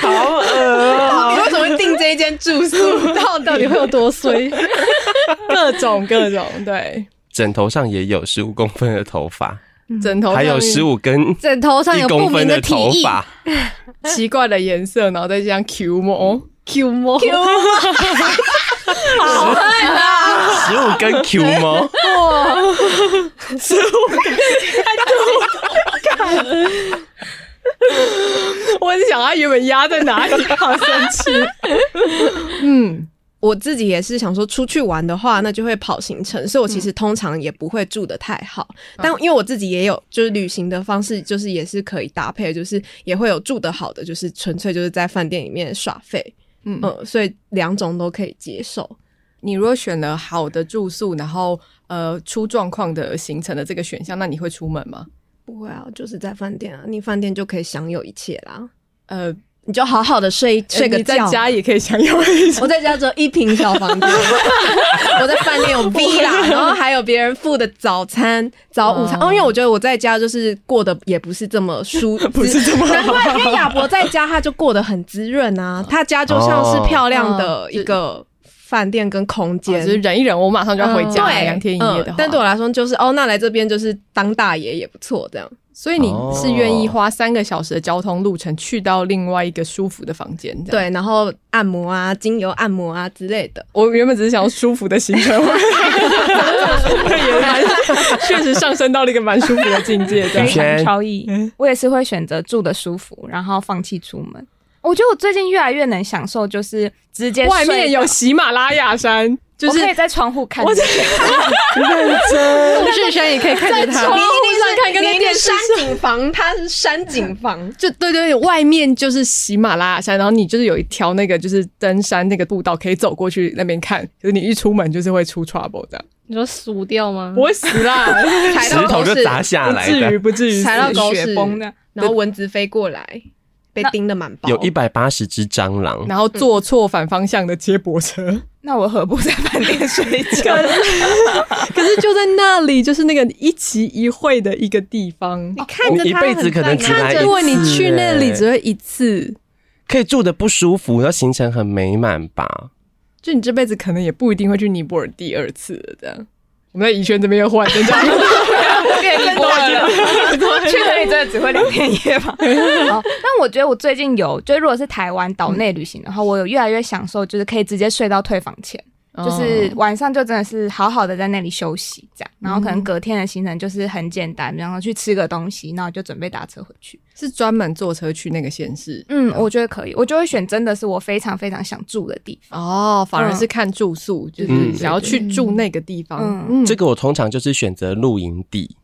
A: 好恶哦、
D: 你为什么会订这一间住 宿？
B: 到到底会有多衰？各种各种，对，
A: 枕头上也有十五公分的头发，
B: 枕头
A: 还有
B: 上面
A: 十五根
C: 枕头上
A: 一
C: 有不
A: 公
C: 明
A: 分
C: 的体
A: 头
C: 液
A: 发。
B: 奇怪的颜色，然后再这样 Q 摸。
C: ，Q 摸，
A: 十五根 Q 毛，
B: 我在想他原本压在哪里，好生气。嗯，
D: 我自己也是想说，出去玩的话，那就会跑行程，所以我其实通常也不会住的太好。但因为我自己也有，就是旅行的方式，就是也是可以搭配，就是也会有住的好的，就是纯粹就是在饭店里面耍费，
B: 嗯
D: 嗯、所以两种都可以接受。
B: 你如果选了好的住宿，然后呃出状况的行程的这个选项，那你会出门吗？
D: 不会啊，就是在饭店啊，你饭店就可以享有一切啦，呃
B: 呃，
D: 你就好好的睡睡个
B: 你在
D: 觉。
B: 家也可以享有一下。
D: 我在家只有一平小房 间，我在饭店有 B 啦，然后还有别人付的早餐、早午餐。
B: 哦
D: 哦，因为我觉得我在家就是过得也不是这么舒，
B: 不是这么好
D: 难怪因为亚伯在家他就过得很滋润啊，他家就像是漂亮
B: 哦
D: 的一个饭店跟空间。
B: 就是忍一 忍，我马上就要回家
D: 对，
B: 两天一夜的
D: 嗯
B: 话。
D: 但对我来说就是哦，那来这边就是当大爷也不错，这样
B: 所以你
E: 哦
B: 是愿意花三个小时的交通路程去到另外一个舒服的房间？这样，
D: 对，然后按摩啊、精油按摩啊之类的。
B: 我原本只是想要舒服的行程，也蛮确实上升到了一个蛮舒服的境界。这
E: 非
A: 宇
B: 样，
E: 常
A: 轩
E: 超意。
B: 嗯
E: 我也是会选择住的舒服，然后放弃出门。我觉得我最近越来越能享受，就是直接
B: 外面
E: 睡到
B: 有喜马拉雅山，就
E: 我
B: 是
E: 可以在窗户看。
B: 我在
C: 富士山也可以看着
B: 在窗
C: 它
B: 户。上看，跟在电视上。
D: 景房，它是山景房。
B: 就对对对，外面就是喜马拉雅山，然后你就是有一条那个就是登山那个步道可以走过去那边看，可是你一出门就是会出 trouble 这样，
C: 你说数掉吗？
B: 我会死 啦，
D: 踩
A: 石
D: 到
A: 头
D: 都
A: 就是砸下
B: 不
A: 来
B: 至于
A: 的。
B: 不至于死
D: 踩到狗
E: 雪
D: 屎
E: 崩的，
D: 然后蚊子飞过来，被叮的满包，
A: 有一百八十只蟑螂，
B: 然后坐错反方向的接驳车，
E: 那我何不在饭店睡觉？
B: 可是就在那里，就是那个一期一会的一个地方。
C: 你看着
A: 你一
C: 它
A: 辈子
C: 很
A: 可
C: 赞
A: 能只来
C: 看
A: 一
C: 着
A: 次
B: 如果你去那里
A: 欸
B: 只会一次，哎
A: 可以住的不舒服，然后行程很美满吧？
B: 就你这辈子可能也不一定会去尼泊尔第二次了。这样，我们在宜轩这边又换人 家
E: 我变尼泊尔 了，
B: 啊
E: 去那里真的只会两天一夜吧。哦，但我觉得我最近有，就如果是台湾岛内旅行的话，我有越来越享受，就是可以直接睡到退房前，
B: 哦嗯
E: 就是晚上就真的是好好的在那里休息这样，然后可能隔天的行程就是很简单，然后去吃个东西，然后就准备打车回去。
B: 是专门坐车去那个县市
E: 嗯，我觉得可以，我就会选真的是我非常非常想住的地方。
B: 哦，反而是看住宿，就是
A: 嗯
B: 想要去住那个地方。
E: 嗯
B: 嗯，
A: 这个我通常就是选择露营地，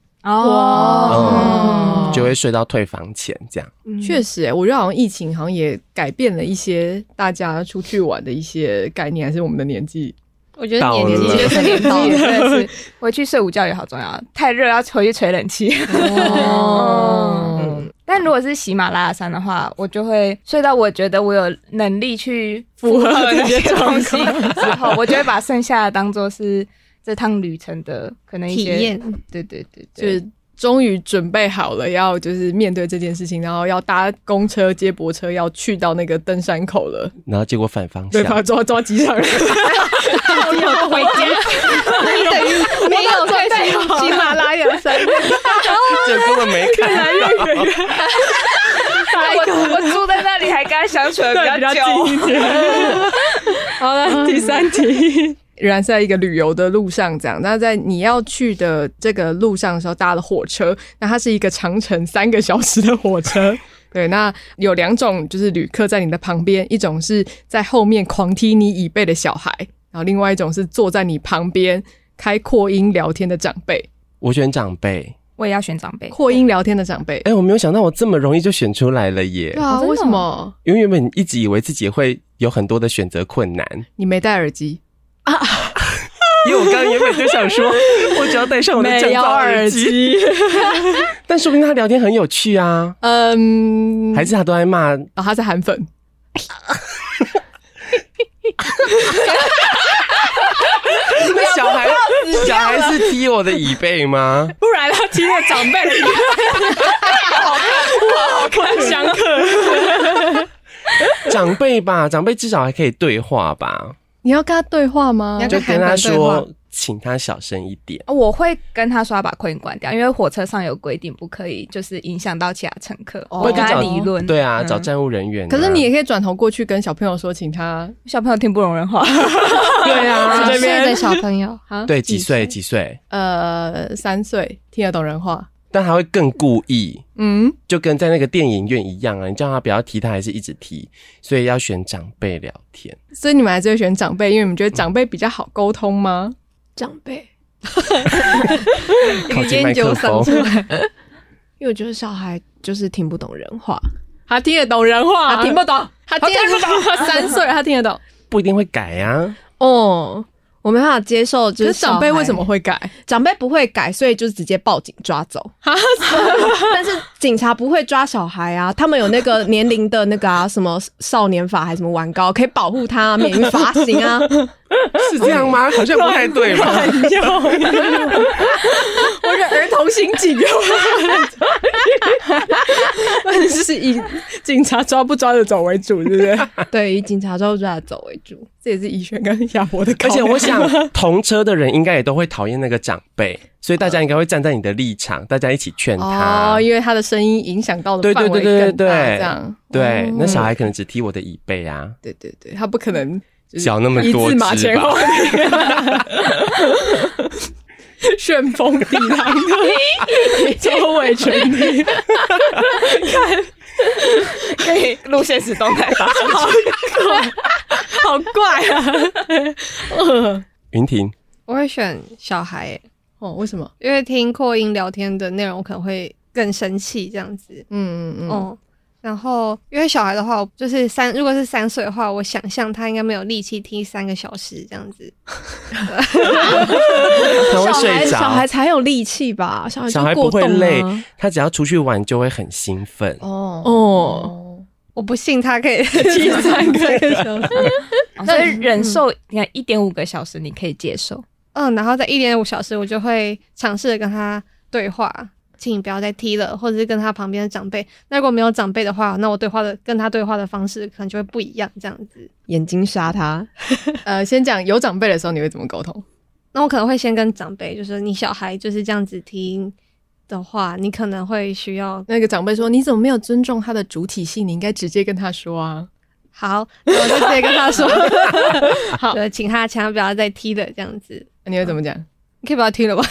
B: 哦
A: 就会睡到退房前这样。
E: 嗯
B: 确实、欸，我觉得好像疫情好像也改变了一些大家出去玩的一些概念，还是我们的年纪。
C: 我觉得
A: 到
C: 年
A: 了
C: 纪就
E: 我觉得
C: 是
E: 这
B: 嗯
C: 年 纪
E: 年纪也
C: 了，
E: 真的是，回去睡午觉也好重要，太热要回去吹冷气。
B: 哦
E: 嗯，但如果是喜马拉雅山的话，我就会睡到我觉得我有能力去
B: 符合
E: 那
B: 这些
E: 些东
B: 状
E: 西之后，我就会把剩下的当做是这趟旅程的可能一
C: 体
E: 些。
C: 验
E: 对对对
B: 就
E: 对，
B: 是终于准备好了，要就是面对这件事情，然后要搭公车、接驳车，要去到那个登山口了，
A: 然后结果反方
B: 对
A: 向，
B: 吧？抓抓机场人，
E: 回家
C: 没有在喜马拉雅山，
A: 这根本没看。
E: 我我住在那里还跟他相处的
B: 对，
E: 比较久。
B: 近一 点。好
A: 嗯
B: 了，第三题。仍然是在一个旅游的路上，这样。那在你要去的这个路上的时候，搭了火车，那它是一个长程三个小时的火 车。对，那有两种就是旅客在你的旁边，一种是在后面狂踢你椅背的小孩，然后另外一种是坐在你旁边开扩音聊天的长辈。
A: 我选长辈，
E: 我也要选长辈，
B: 扩音聊天的长辈，
A: 哎、我没有想到我这么容易就选出来了耶
B: 对！啊，
E: 哦真的
B: 为什么
A: 因为原本一直以为自己会有很多的选择困难，
B: 你没戴耳机？
A: 因为我刚刚原本就想说，我只要戴上我的
B: 没
A: 降
B: 有
A: 噪耳机，
B: 机。
A: 但说不定他聊天很有趣啊，
B: 嗯，
A: 还是他都在骂
B: 啊、他是韩粉，
A: 小孩，小孩是踢我的椅背吗？
B: 不然他听了长辈的好看，好相克。
A: 长辈吧，长辈至少还可以对话吧，
B: 你要跟他对话吗
C: 你要？
A: 就跟他
C: 跟韩
A: 说，请他小声一点。
E: 我会跟他说要把扩音关掉，因为火车上有规定不可以就是影响到其他乘客。
B: 哦
E: 我会跟他理论，
A: 对啊，
E: 嗯
A: 找站务人员啊、
B: 可是你也可以转头过去跟小朋友说，请他
E: 小朋友听不懂人话，
B: 对 啊
C: 几岁的小朋友啊，
A: 对几岁几岁，
B: 呃三岁听得懂人话，
A: 但他会更故意，
B: 嗯，
A: 就跟在那个电影院一样啊，你叫他不要踢，他还是一直踢，所以要选长辈聊天。
B: 所以你们还是会选长辈，因为你们觉得长辈比较好沟通吗？
D: 长辈。
A: 靠近麦克风，
D: 因为我觉得小孩就是听不懂人话，
B: 他听得懂人话，
D: 他听不懂，
B: 他听得懂，他三岁他听得懂。
A: 不一定会改啊。
D: 哦，我没办法接受，就
B: 可
D: 是
B: 是长辈
D: 小孩
B: 为什么会改？
D: 长辈不会改，所以就直接报警抓走。但是警察不会抓小孩啊，他们有那个年龄的那个啊，什么少年法还是什么玩高，可以保护他、免于 罚刑啊。
A: 是这样吗？好像不太对吧？
B: 我是儿童刑警，那就是以警察抓不抓得走为主，对不对？
D: 对，以警察抓不抓走为主。
B: 这也是怡轩跟亚博的考
A: 而
B: 量。
A: 且我想，同车的人应该也都会讨厌那个长辈，所以大家应该会站在你的立场，大家一起劝他。
B: 哦，因为他的声音影响到的
A: 对
B: 范
A: 对
B: 围
A: 对
B: 更
A: 对对
B: 大，
A: 对，
B: 这样
A: 对，那小孩可能只踢我的椅背啊，
B: 对对对，他不可能就是
A: 小那么
B: 一
A: 多
B: 字马
A: 只
B: 前后
A: 吧。，
B: 旋风抵挡的周围全力，
E: 可以录现实动态发出去。
B: 好怪啊！
A: 云婷，
C: 我会选小孩欸，
B: 哦，为什么？
C: 因为听扩音聊天的内容，我可能会更生气这样子。
B: 嗯嗯嗯，
C: 嗯，然后因为小孩的话，我就是三，如果是三岁的话，我想象他应该没有力气听三个小时这样子。
A: 他会
D: 小孩
A: 睡
D: 小孩
A: 着，
D: 才有力气吧？小孩就
A: 小孩不
D: 过
A: 会
D: 动啊
A: 累，他只要出去玩就会很兴奋。
B: 哦
D: 哦。
B: 哦，
C: 我不信他 可以骑三个小时。
E: 所以忍受你看一点五个小时你可以接受，
C: 嗯，然后在一点五小时，我就会尝试着跟他对话，请你不要再踢了，或者是跟他旁边的长辈。那如果没有长辈的话，那我对话的跟他对话的方式可能就会不一样，这样子。
D: 眼睛杀他，
B: 呃，先讲有长辈的时候，你会怎么沟通？
C: 那我可能会先跟长辈，就是你小孩就是这样子踢的话，你可能会需要
B: 那个长辈说：“你怎么没有尊重他的主体性？你应该直接跟他说啊。
C: 好，那我就直接跟他 说，对，请他千万不要再踢了，这样子。”
B: 你会怎么讲？
C: 你可以不要踢了吧？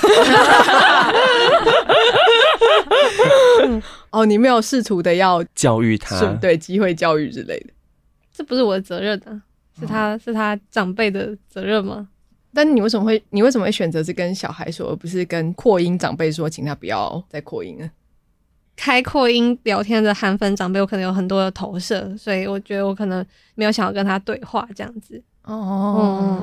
B: 哦，你没有试图的要
A: 教育他，
B: 是对机会教育之类的，
C: 这不是我的责任啊，是他是他长辈的责任吗？
B: 但你为什么会你为什么会选择是跟小孩说，而不是跟扩音长辈说，请他不要再扩音了？
C: 开扩音聊天的韩粉长辈，我可能有很多的投射，所以我觉得我可能没有想要跟他对话这样子，
B: 哦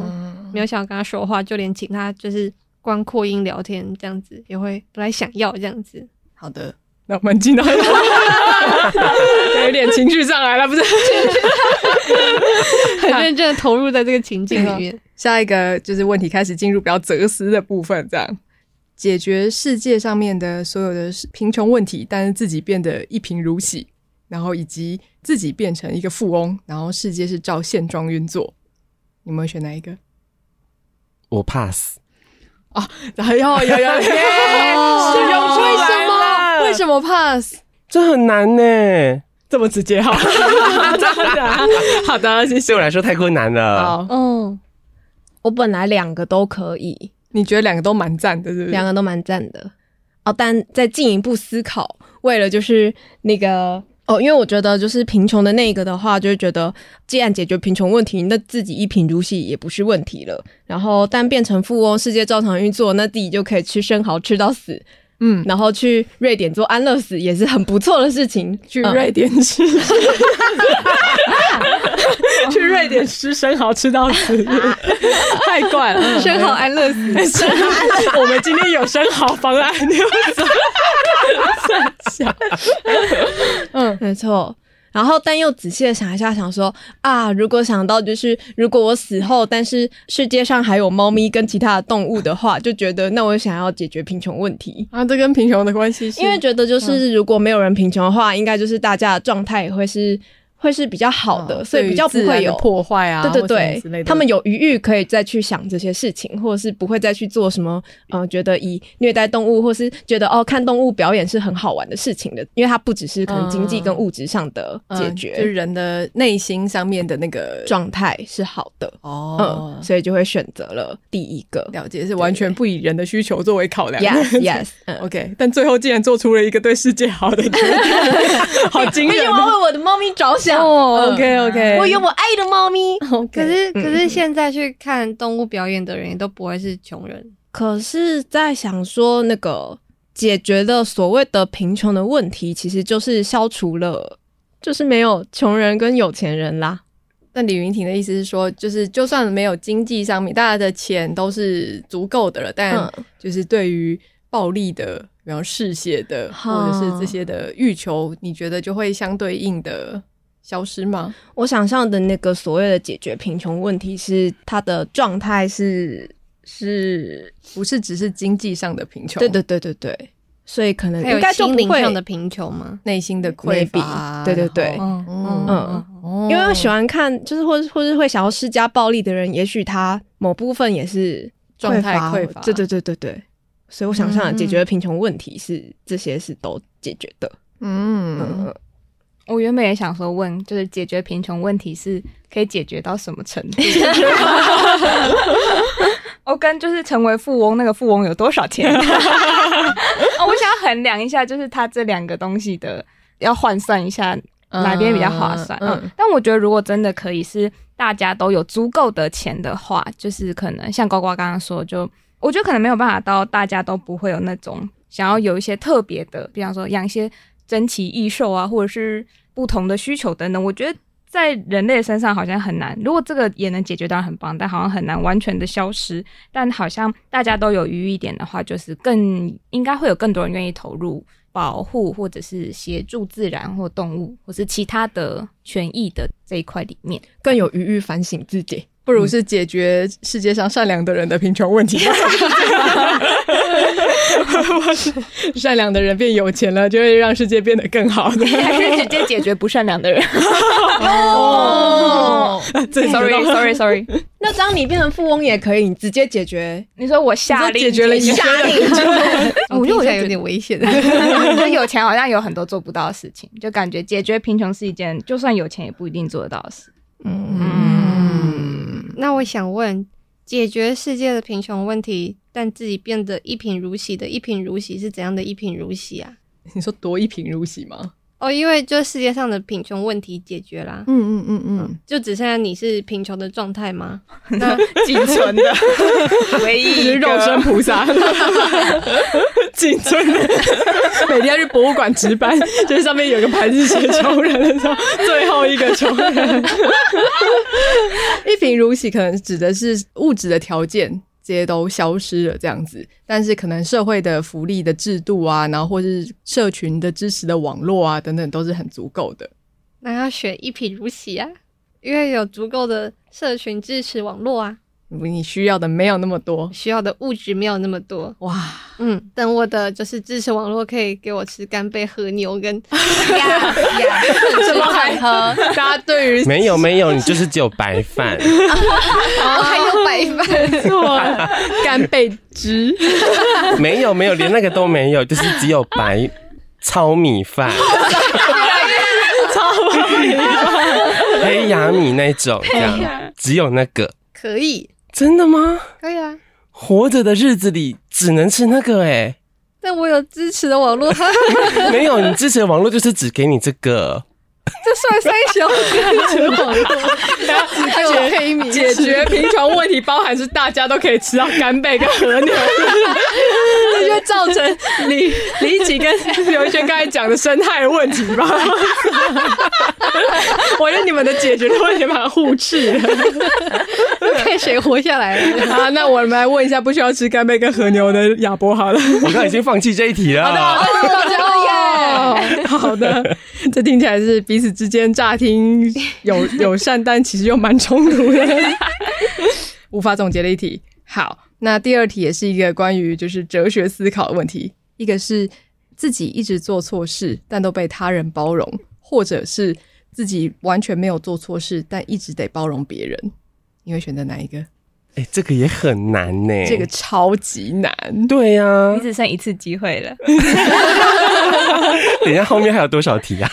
C: 没有想要跟他说话，就连请他就是光扩音聊天这样子，也会不太想要这样子。
B: 好的，那我们进到 有点情绪上来了，不是？
C: 很认真的投入在这个情境里面。
B: 下一个就是问题开始进入比较哲思的部分，这样解决世界上面的所有的贫穷问题，但是自己变得一贫如洗，然后以及自己变成一个富翁，然后世界是照现状运作，你们会选哪一个？
A: 我 pass。
B: 然后有有有，
E: 哦
B: 是有 为什
E: 来
B: 么？
E: 了
B: 为什么 pass？
A: 这很难呢，
B: 这么直接哈，真的好的，谢谢
A: 对我。来说太困难了。
B: 好，
C: 嗯，
D: 我本来两个都可以，
B: 你觉得两个都蛮赞的，是不是？
D: 两个都蛮赞的。哦，但再进一步思考，为了就是那个哦，因为我觉得就是贫穷的那一个的话，就会觉得既然解决贫穷问题，那自己一贫如洗也不是问题了。然后，但变成富翁，世界照常运作，那自己就可以吃生蚝吃到死，
B: 嗯，
D: 然后去瑞典做安乐死也是很不错的事情。
B: 去
D: 嗯
B: 瑞典 吃，去瑞典吃生蚝吃到 死，太怪了。
C: 生蚝安乐死，
B: 生蚝， 我们今天有生蚝方案，你 们走。
D: 没错。然后，但又仔细的想一下，想说啊，如果想到就是，如果我死后，但是世界上还有猫咪跟其他的动物的话，就觉得那我想要解决贫穷问题，
B: 啊，这跟贫穷的关系是嗯
D: 因为觉得就是如果没有人贫穷的话，应该就是大家的状态也会是会是比较好的，所以比较不
B: 嗯对于自
D: 会
B: 然的
D: 有
B: 破坏啊，
D: 对
B: 或什么
D: 对
B: 之类
D: 对，
B: 的
D: 他们有余裕可以再去想这些事情，或者是不会再去做什么，呃，觉得以虐待动物，或是觉得哦看动物表演是很好玩的事情的，因为它不只是可能经济跟物质上的
B: 嗯
D: 解
B: 就
D: 决
B: 是人的内心上面的那个
D: 状态是好的，
B: 哦
D: 嗯，，所以就会选择了第一个。
B: 了解是完全不以人的需求作为考量。
D: Yes, yes，嗯，
B: OK，但最后竟然做出了一个对世界好的决 定，好惊
D: 毕
B: 人
D: 竟
B: 哦
D: 我为我的猫咪着想，
B: 哦！OK OK，
D: 我有我爱的猫咪。
C: 可
E: 嗯
C: 是可是现在去看动物表演的人也都不会是穷人，
D: 可是，在想说那个解决的所谓的贫穷的问题，其实就是消除了，就是没有穷人跟有钱人啦。
B: 那李云婷的意思是说，就是就算没有经济上面，大家的钱都是足够的了，但
D: 嗯
B: 就是对于暴力的，比方嗜血的，或者是这些的欲求，你觉得就会相对应的消失吗？
D: 我想象的那个所谓的解决贫穷问题是，他的状态是是，
B: 不是只是经济上的贫穷，
D: 对对对对对，所以可能
E: 嗯
C: 还有
D: 应该就
C: 心
D: 不
C: 灵
D: 会
C: 上的贫穷吗？
B: 内心的匮乏
D: Maybe，对对对
B: 然后
E: 嗯
B: 嗯
D: 嗯
B: 哦
D: 因为会喜欢看，就是或是或是会想要施加暴力的人，也许他某部分也是
B: 状态匮
D: 匮嗯
B: 乏
D: 对对对对对，所以我想象的解决贫穷问题是、这些是都解决的。
B: 嗯，
D: 嗯，
E: 我原本也想说问，就是解决贫穷问题是可以解决到什么程度？ 哦，跟就是成为富翁，那个富翁有多少钱？ 哦，我想要衡量一下，就是他这两个东西的，要换算一下哪边比较划算。嗯，
B: 嗯
E: 但我觉得如果真的可以是大家都有足够的钱的话，就是可能像呱呱刚刚说，就我觉得可能没有办法到大家都不会有那种想要有一些特别的，比方说养一些珍奇异兽啊，或者是不同的需求等等。我觉得。在人类身上好像很难，如果这个也能解决，当然很棒，但好像很难完全的消失。但好像大家都有余一点的话，就是更应该会有更多人愿意投入保护或者是协助自然或动物或是其他的权益的这一块里 面。
D: 更有余裕反省自己。
B: 不如是解决世界上善良的人的贫穷问题。 善良的人变有钱了，就会让世界变得更好。
E: 还是直接解决不善良的人？哦
B: 这
E: ，sorry，sorry，sorry。
D: 那当你变成富翁也可以，你直接解决。
E: 你说我下令
B: 解决了一
E: 下令，哦我觉得
C: 听起来
E: 我就
C: 有
E: 觉得
C: 点危险。
E: 我觉得有钱好像有很多做不到的事情，就感觉解决贫穷是一件就算有钱也不一定做得到的事。嗯，
C: 那我想问，解决世界的贫穷问题，但自己变得一贫如洗的一贫如洗是怎样的一贫如洗啊？
B: 你说夺一贫如洗吗？
C: 哦，因为就世界上的贫穷问题解决啦，
D: 嗯嗯嗯嗯，
C: 就只剩下你是贫穷的状态 吗？那
B: 啊
E: 仅 存的唯一 一
B: 是肉身
E: 个。
B: 菩 萨，谨遵的，每天去博物馆值班， 就是上面有一个牌子写穷人的时候，最后一个穷人。 一贫如洗可能指的是物质的条件这些都消失了这样子，但是可能社会的福利的制度啊，然后或是社群的支持的网络啊等等都是很足够的。
C: 那要选一贫如洗啊，因为有足够的社群支持网络啊，
B: 你需要的没有那么多
C: 需要的物质没有那么多。
B: 哇，
C: 嗯，等我的就是支持网络可以给我吃干贝、和牛跟
E: 呀呀
C: 吃彩盒，
B: 大家对于
A: 没有没有，你就是只有白 饭。
C: 还有白饭。
B: 错干贝汁。
A: 没有没有，连那个都没有，就是只有白糙米饭、黑雅米那种，这样只有那个。
C: 可以，
A: 真的吗？
C: 可以啊。
A: 活着的日子里只能吃那个哎、
C: 但我有支持的网络， 这
A: 没有你支持的网络就是只给你这个。
C: 算三小支持网络，还有黑米
B: 解决贫穷问题包含是大家都可以吃到干贝跟和牛，这就造成李李启跟刘轩刚才讲的生态问题吧。我觉得你们的解决的问题蛮互斥的。
C: 看谁活下来 了。
B: 好，那我们来问一下不需要吃干贝跟和牛的亚伯好了。
A: 我刚才已经放弃这一 题了。
B: 哦，好的，这听起来是彼此之间乍听 友友善，但其实又蛮冲突的。无法总结的一题。好，那第二题也是一个关于就是哲学思考的问题，一个是自己一直做错事，但都被他人包容，或者是自己完全没有做错事，但一直得包容别人。你会选择哪一个？
A: 哎、这个也很难呢、
B: 这个超级难。
A: 对呀、
E: 你只剩一次机会了，
A: 等一下后面还有多少题啊？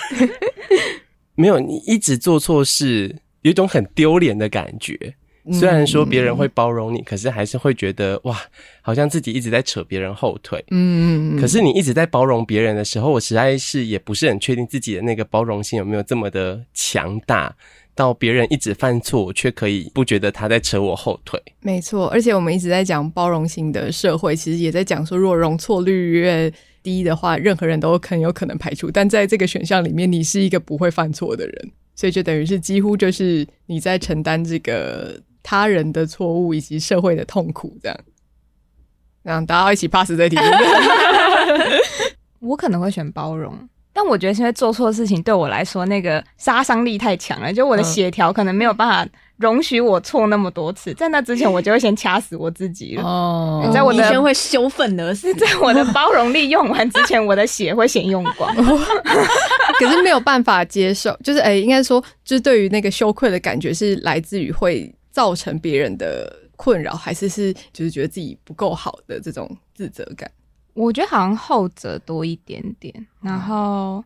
A: 没有，你一直做错事，有一种很丢脸的感觉。虽然说别人会包容你，可是还是会觉得哇，好像自己一直在扯别人后腿。
B: 嗯，
A: 可是你一直在包容别人的时候，我实在是也不是很确定自己的那个包容性有没有这么的强大，到别人一直犯错，我却可以不觉得他在扯我后腿。
B: 没错，而且我们一直在讲包容型的社会，其实也在讲说，如果容错率越低的话，任何人都很有可能排除。但在这个选项里面，你是一个不会犯错的人，所以就等于是几乎就是你在承担这个他人的错误以及社会的痛苦，这样。让大家一起 pass 这题。
E: 我可能会选包容。但我觉得是因为做错事情对我来说那个杀伤力太强了，就
B: 嗯
E: 我的血条可能没有办法容许我错那么多次，在那之前我就会先掐死我自己了。
B: 哦
E: 你在我的
D: 医生会羞愤 而死。
E: 在我的包容力用完之前，我的血会先用光。
B: 可是没有办法接受，就是哎、应该说，就是对于那个羞愧的感觉是来自于会造成别人的困扰，还是是就是觉得自己不够好的这种自责感？
E: 我觉得好像后者多一点点，然后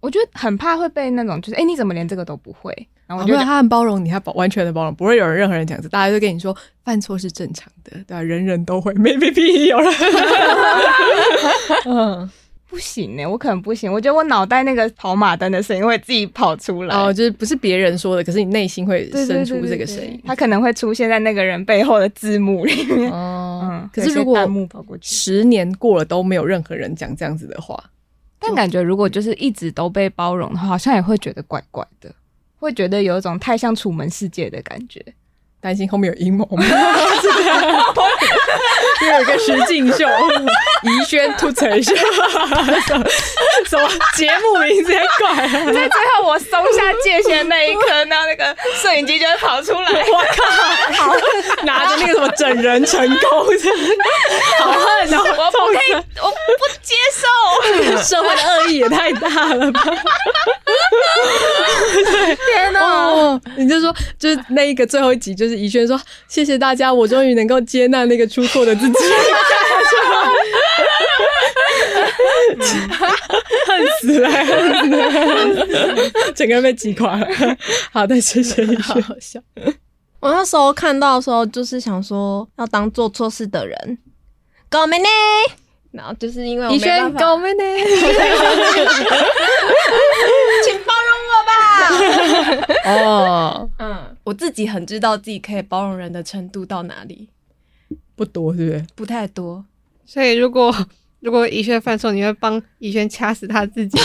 E: 我觉得很怕会被那种就是，哎、你怎么连这个都不会？然
B: 我
E: 后我
B: 觉哦
E: 就
B: 得他很包容你，他包完全的包容，不会有人任何人讲这，大家就跟你说犯错是正常的，对吧、人人都 会，没没屁有人。嗯，
E: 不行欸呢、我可能不行。我觉得我脑袋那个跑马灯的声音会自己跑出来，
B: 哦，就是不是别人说的，可是你内心会
E: 对
B: 生出这个，
E: 对
B: 声
E: 对对
B: 音
E: 对。它可能会出现在那个人背后的字幕里面。
B: 哦
E: 嗯，
B: 可是如
E: 有一些
B: 果
E: 弹幕跑过去
B: 十年过了都没有任何人讲这样子的话，
E: 但感觉如果就是一直都被包容的话，好像也会觉得怪怪的，会觉得有一种太像楚门世界的感觉。
B: 担心后面有阴谋 吗？因为有一个石敬秀、宜轩吐槽一下，什么节目名字也改了？
E: 在最后我松下界限那一刻，那那个摄影机就会跑出来。
B: 我靠！好，拿着那个什么整人成 功的，好恨哦！
E: 我不可以，我不接受。
B: 社会的恶意也太大了吧！
E: 天哪！
B: 哦，你就说，就是那一个最后一集，就是宜轩说：“谢谢大家，我终于能够接纳那个出错的自己。”恨死了，恨死了，整个人被击垮了。好的，谢谢宜轩。
F: 我那时候看到的时候，就是想说要当做错事的人，搞没呢？然后就是因为我没办法，
B: 妹呢？
F: 请包容我吧。
B: 哦，
F: 嗯，
D: 我自己很知道自己可以包容人的程度到哪里，
B: 不多是不是？
D: 不太多。
C: 所以如果如果怡轩犯错，你会帮怡轩掐死他自己。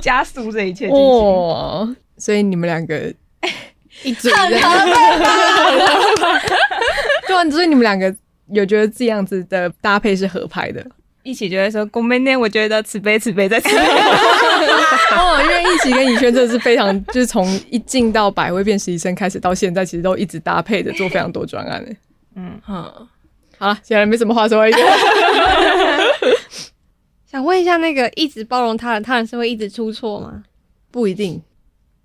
E: 加速这一切进 行。
B: 哦，所以你们两个
C: 一嘴
B: 对啊，所以你们两个有觉得这样子的搭配是合拍的。
E: 一起就会说“公妹内”，我觉得慈悲慈悲在慈悲。
B: 哦，因为一起跟以轩真的是非常，就是从一进到百惠变实习生开始到现在，其实都一直搭配着做非常多专案诶。
D: 嗯，
B: 好了，显然没什么话说了。
C: 想问一下，那个一直包容他人，他人是会一直出错吗？
B: 不一定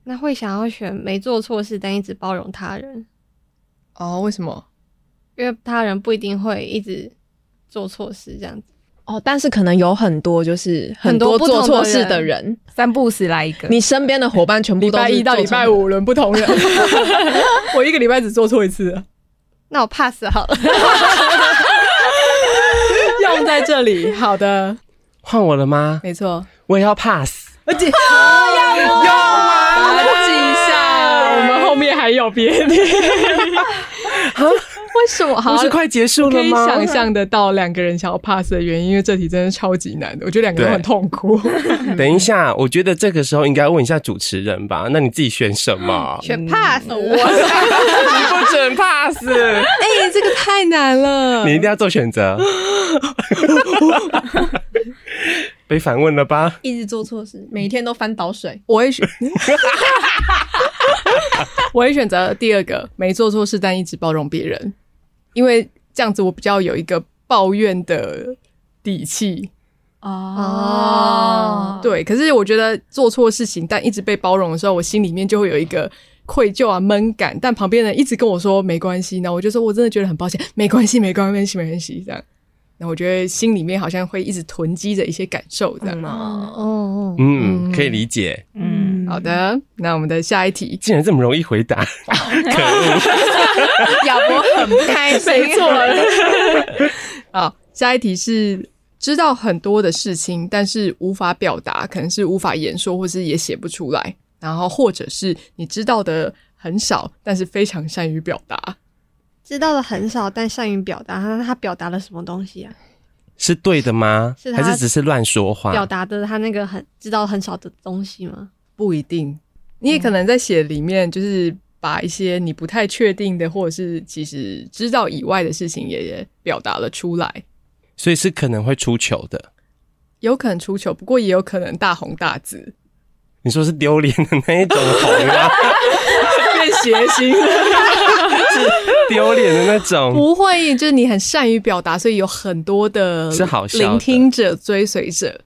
C: 那会想要选没做错事但一直包容他人，
B: 哦，为什么？
C: 因为他人不一定会一直做错事这样子。
F: 哦，但是可能有很多就是
C: 很
F: 很
C: 多
F: 多
C: 不同
F: 做错
C: 的
F: 事
C: 人
F: 的人，
E: 三不死来一个，
F: 你身边的伙伴全部
B: 礼
F: 都是
B: 拜一到
F: 做
B: 礼
F: 错
B: 拜
F: 事
B: 五轮不同 人，我一个礼拜只做错一次，
C: 那我 pass 好了。
B: 用在这里。好的，
A: 换我了吗？
B: 没错，
A: 我也要 pass。
B: 而且打记一下，我们后面还有别 的。为什么？好啊
A: 不是快结束
B: 可
A: 了
B: 以
A: 吗？
B: 想象得到两个人想要 pass 的原因，因为这题真的超级难的，我觉得两个人都很痛苦。
C: 嗯
A: 等一下，我觉得这个时候应该问一下主持人吧。那你自己选什么？
B: 嗯
C: 选 pass，、
A: 你不准 pass，
B: 哎、这个太 难了
A: 你一定要做选择。 被反问了吧？
D: 一直做错事，
F: 每天都翻倒 水，
B: 我会选， 我会选择第二个，没做错事但一直包容别人，因为这样子我比较有一个抱怨的底气。
C: 哦，
B: 对，可是我觉得做错事情但一直被包容的时候，我心里面就会有一个愧疚啊、闷感。但旁边人一直跟我说没关系，那我就说我真的觉得很抱歉，没关系，没关系，没关系，这样。那我觉得心里面好像会一直囤积着一些感受，这样。
C: 哦，
A: 嗯，可以理解。，
E: 嗯，
B: 好的，那我们的下一题
A: 竟然这么容易回答，可恶！
B: 亚博很不
C: 开心
B: 没错。 好，下一题是知道很多的事情，但是无法表达，可能是无法言说，或是也写不出来。然后或者是你知道的很少，但是非常善于表达。
C: 知道的很少，但善于表达。那他表达了什么东西啊？
A: 是对的吗？
C: 是他
A: 还是只是乱说
B: 啊
A: 话？
C: 表达的他那个很知道很少的东西吗？
B: 不一定，你也可能在写里面，就是把一些你不太确定的，或者是其实知道以外的事情也表达了出来。
A: 所以是可能会出糗的。
B: 有可能出糗，不过也有可能大红大紫。
A: 你说是丢脸的那一种红 吗？
B: 变邪心了。
A: 丢脸的那种，
B: 不会，就是你很善于表达，所以有很多的
A: 是好笑的
B: 聆听者、追随者，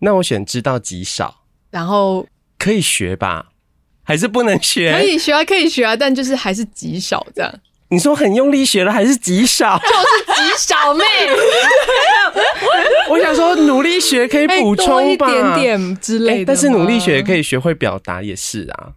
A: 那我选知道极少，
B: 然后
A: 可以学吧？还是不能学？
B: 可以学啊，可以学啊，但就是还是极少这样，
A: 你说很用力学了，还是极少？
B: 极少妹，
A: 我想说努力学可以
B: 哎
A: 补
B: 多
A: 充
B: 一
A: 吧，
B: 点点之类
A: 哎
B: 的。
A: 但是努力学可
B: 以，
A: 以学会表达也是啊。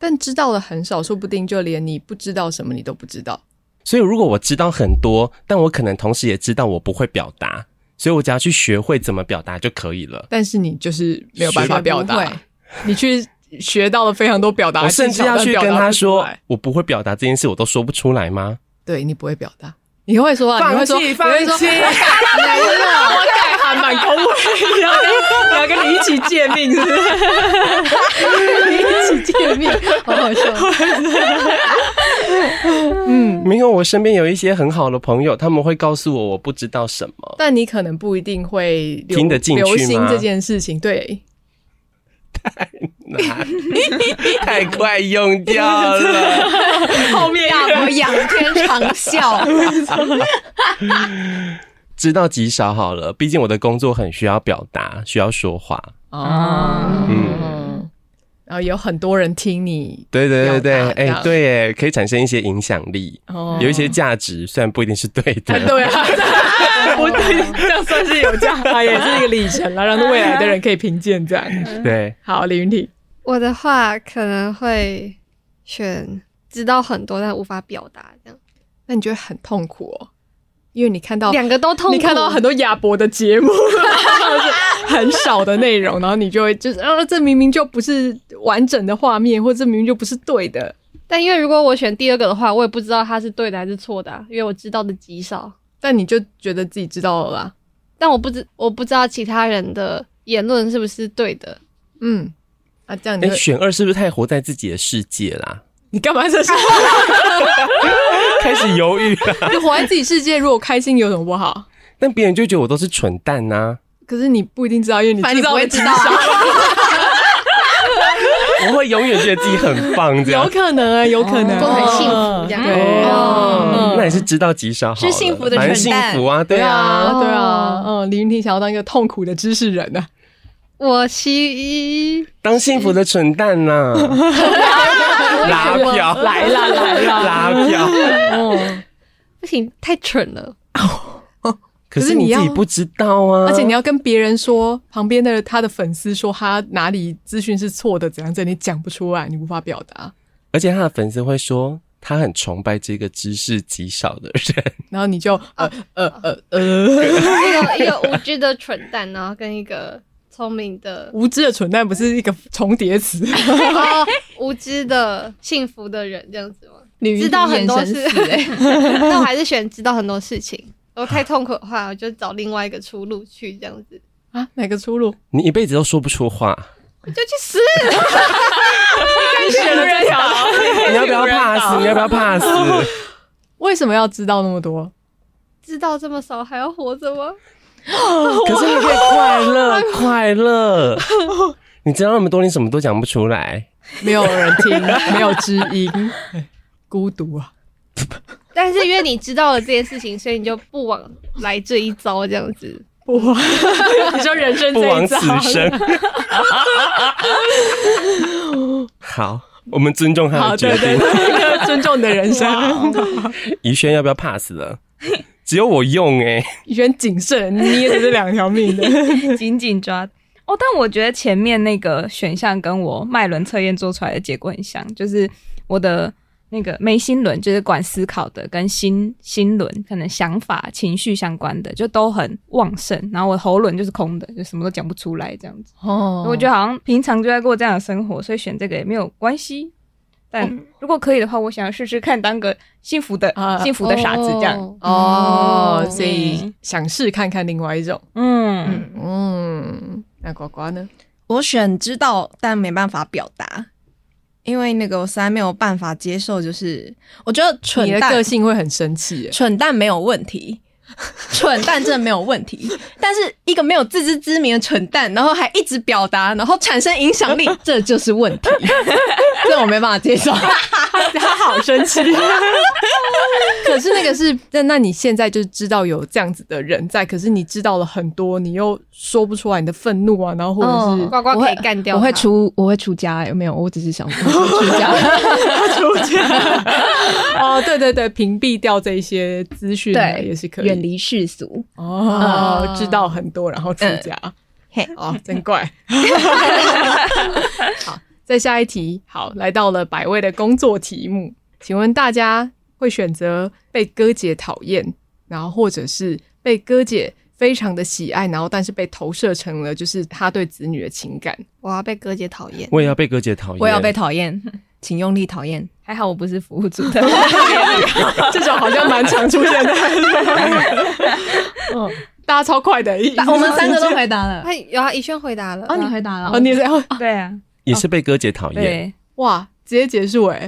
B: 但知道的很少，说不定就连你不知道什么你都不知道。
A: 所以如果我知道很多，但我可能同时也知道我不会表达，所以我只要去学会怎么表达就可以了。
B: 但是你就是没有办法表
F: 学不
B: 达
F: 会，
B: 你去学到了非常多表达
A: 我
B: 技巧，
A: 甚至要去跟他
B: 但表达不出
A: 说
B: 来，
A: 我不会表达这件事，我都说不出来吗？
B: 对你不会表达，你会说啊，你会说，你会说，我改，我改，还蛮恭维，然后跟你一起见见面是不是？
C: 一起见面，好好笑。
A: 嗯没有，我身边有一些很好的朋友，他们会告诉我我不知道什么。
B: 但你可能不一定会流
A: 听得进去吗
B: 流行这件事情，对，
A: 太快用掉 了，
B: 后面
E: 大我仰天长啸，
A: 知道极少好了。毕竟我的工作很需要表达，需要说话。
E: 啊
B: 哦，
A: 嗯
B: 然后有很多人听你，
A: 对对对对
B: 表，达这
A: 哎、
B: 样
A: 对耶，可以产生一些影响力，
B: 哦
A: 有一些价值，虽然不一定是 对的。
B: 啊对 啊，不对， 这样算是有价，啊，也是一个里程了，让未来的人可以评鉴这
C: 嗯
B: 样。
A: 对
B: 好，李云婷，
C: 我的话可能会选知道很多但无法表达这样，
B: 那你觉得很痛苦哦，因为你看到
C: 两个都痛苦。
B: 你看到很多亚博的节目， 就是很少的内容，然后你就会就是，呃，这明明就不是完整的画面，或者这明明就不是对的。
C: 但因为如果我选第二个的话，我也不知道它是对的还是错的啊、因为我知道的极少。
B: 但你就觉得自己知道了啦，
C: 但我不知我不知道其他人的言论是不是对的，
B: 嗯，啊，这样你
A: 哎、
B: 会
A: 选二是不是太活在自己的世界啦？
B: 你干嘛这 是？
A: 开始犹豫了，
B: 你活在自己世界，如果开心有什么不好？
A: 但别人就觉得我都是蠢蛋啊呐、
B: 可是你不一定知道，因为你
D: 反正你
B: 知道
D: 不
B: 的
D: 会
B: 极
D: 知道啊
B: 少，
A: 我会永远觉得自己很棒这
B: 有
A: 样。
B: 可能啊，有可能，
E: 都
C: 很幸福这样
B: 对
A: 哦
B: 嗯，
A: 那也是知道极少好了，
D: 是幸福的
A: 反正
D: 蠢
A: 幸
D: 蛋
A: 福啊，对
B: 对
A: 啊，
C: 哦
B: 啊，对啊，嗯，李云婷想要当一个痛苦的知识人啊呢，
C: 我希
A: 当幸福的蠢蛋呐、拉票
B: 哎来啦来啦
A: 拉票。
B: 嗯，
C: 不行，太蠢了。
A: 可是你自己不知道啊，
B: 而且你要跟别人说，旁边的他的粉丝说他哪里资讯是错的，怎样怎样，你讲不出来，你无法表达，
A: 而且他的粉丝会说他很崇拜这个知识极少的人，
B: 然后你就呃呃呃呃，
C: 一个一个无知的蠢蛋，然后跟一个聪明的、
B: 无知的蠢蛋不是一个重叠 词，
C: 然后无知的、幸福的人这样子吗？
E: 知
C: 知道 很多事，
E: 哎，
C: 那我还是选知道很多事情。如果太痛苦的话，我就找另外一个出路去这样子。
B: 啊，哪个出路？
A: 你一辈子都说不出话，
C: 我就去死！
B: 选了这条，
A: 你要不要 pass？你要不要 pass？
B: 为什么要知道那么多？
C: 知道这么少还要活着吗？
A: 可是你可以快乐快乐，你知道那么多，你什么都讲不出来。
B: 没有人 听，没有知音，哎孤独啊！
C: 但是因为你知道了这件事情，所以你就不往来这一招这样子。
B: 不，你说人生
A: 不
B: 这
A: 枉
B: 一
A: 此
B: 遭，
A: 生。 好，我们尊重他
B: 好，
A: 的
B: 对
A: 决定。
B: 对对，尊重你的 人生。
A: 怡轩要不要 pass 了？只有我用哎、
B: 你选谨慎，捏着这两条命的。
E: 紧紧抓。哦，但我觉得前面那个选项跟我脉轮测验做出来的结果很像，就是我的那个眉心轮，就是管思考的，跟心心轮可能想法、情绪相关的，就都很旺盛。然后我喉轮就是空的，就什么都讲不出来这样子。
B: 哦
E: 我觉得好像平常就在过这样的生活，所以选这个也没有关系。但如果可以的话，我想要试试看当个幸福的、
B: 啊
E: 幸福的傻子这样。
C: 哦
B: 哦，所以
E: 以
B: 想试看看另外一种。
E: 嗯，
B: 嗯，那呱呱呢？
D: 我选知道，但没办法表达，因为那个我实在没有办法接受，就是我觉得蠢
B: 你的
D: 蛋
B: 个性会很生气耶。
D: 蠢蛋没有问题，蠢蛋真的没有问题。 但是一个没有自知之明的蠢蛋，然后还一直表达，然后产生影响力， 这就是问题。这我没办法接受。
B: 他好生气。 可是那个是，那那你现在就知道有这样子的人在，可是你知道了很多，你又说不出来你的愤怒啊，然后或者是、
C: 呱呱可以干掉
G: 我会
C: 他
G: 出，我会出家、欸，没有，我只是想我会出 家。
B: 哦，对对对，屏蔽掉这一些资讯啊
G: 对
B: 也是可以
G: 远离世俗，
B: 哦，知道很多，然后出家，
G: 嘿
B: 哦，真怪。好，再下一题，好，来到了百位的工作题目，请问大家会选择被哥姐讨厌，然后或者是被哥姐非常的喜爱，然后但是被投射成了就是他对子女的情 感，
C: 我要被哥姐讨厌。
A: 我也要被哥姐讨厌，
G: 我要被讨厌，请用力讨厌。
E: 还好我不是服务组的。
B: 这种好像蛮常出现的。嗯，大家超快的，一
G: 答我们三个都回 答了。
C: 他有啊，以轩回答了。
G: 哦，你回答了
B: 哦，。你也在哦
E: 对啊，
A: 也是被哥姐讨厌。
E: 对，
B: 哇，直接结束哎，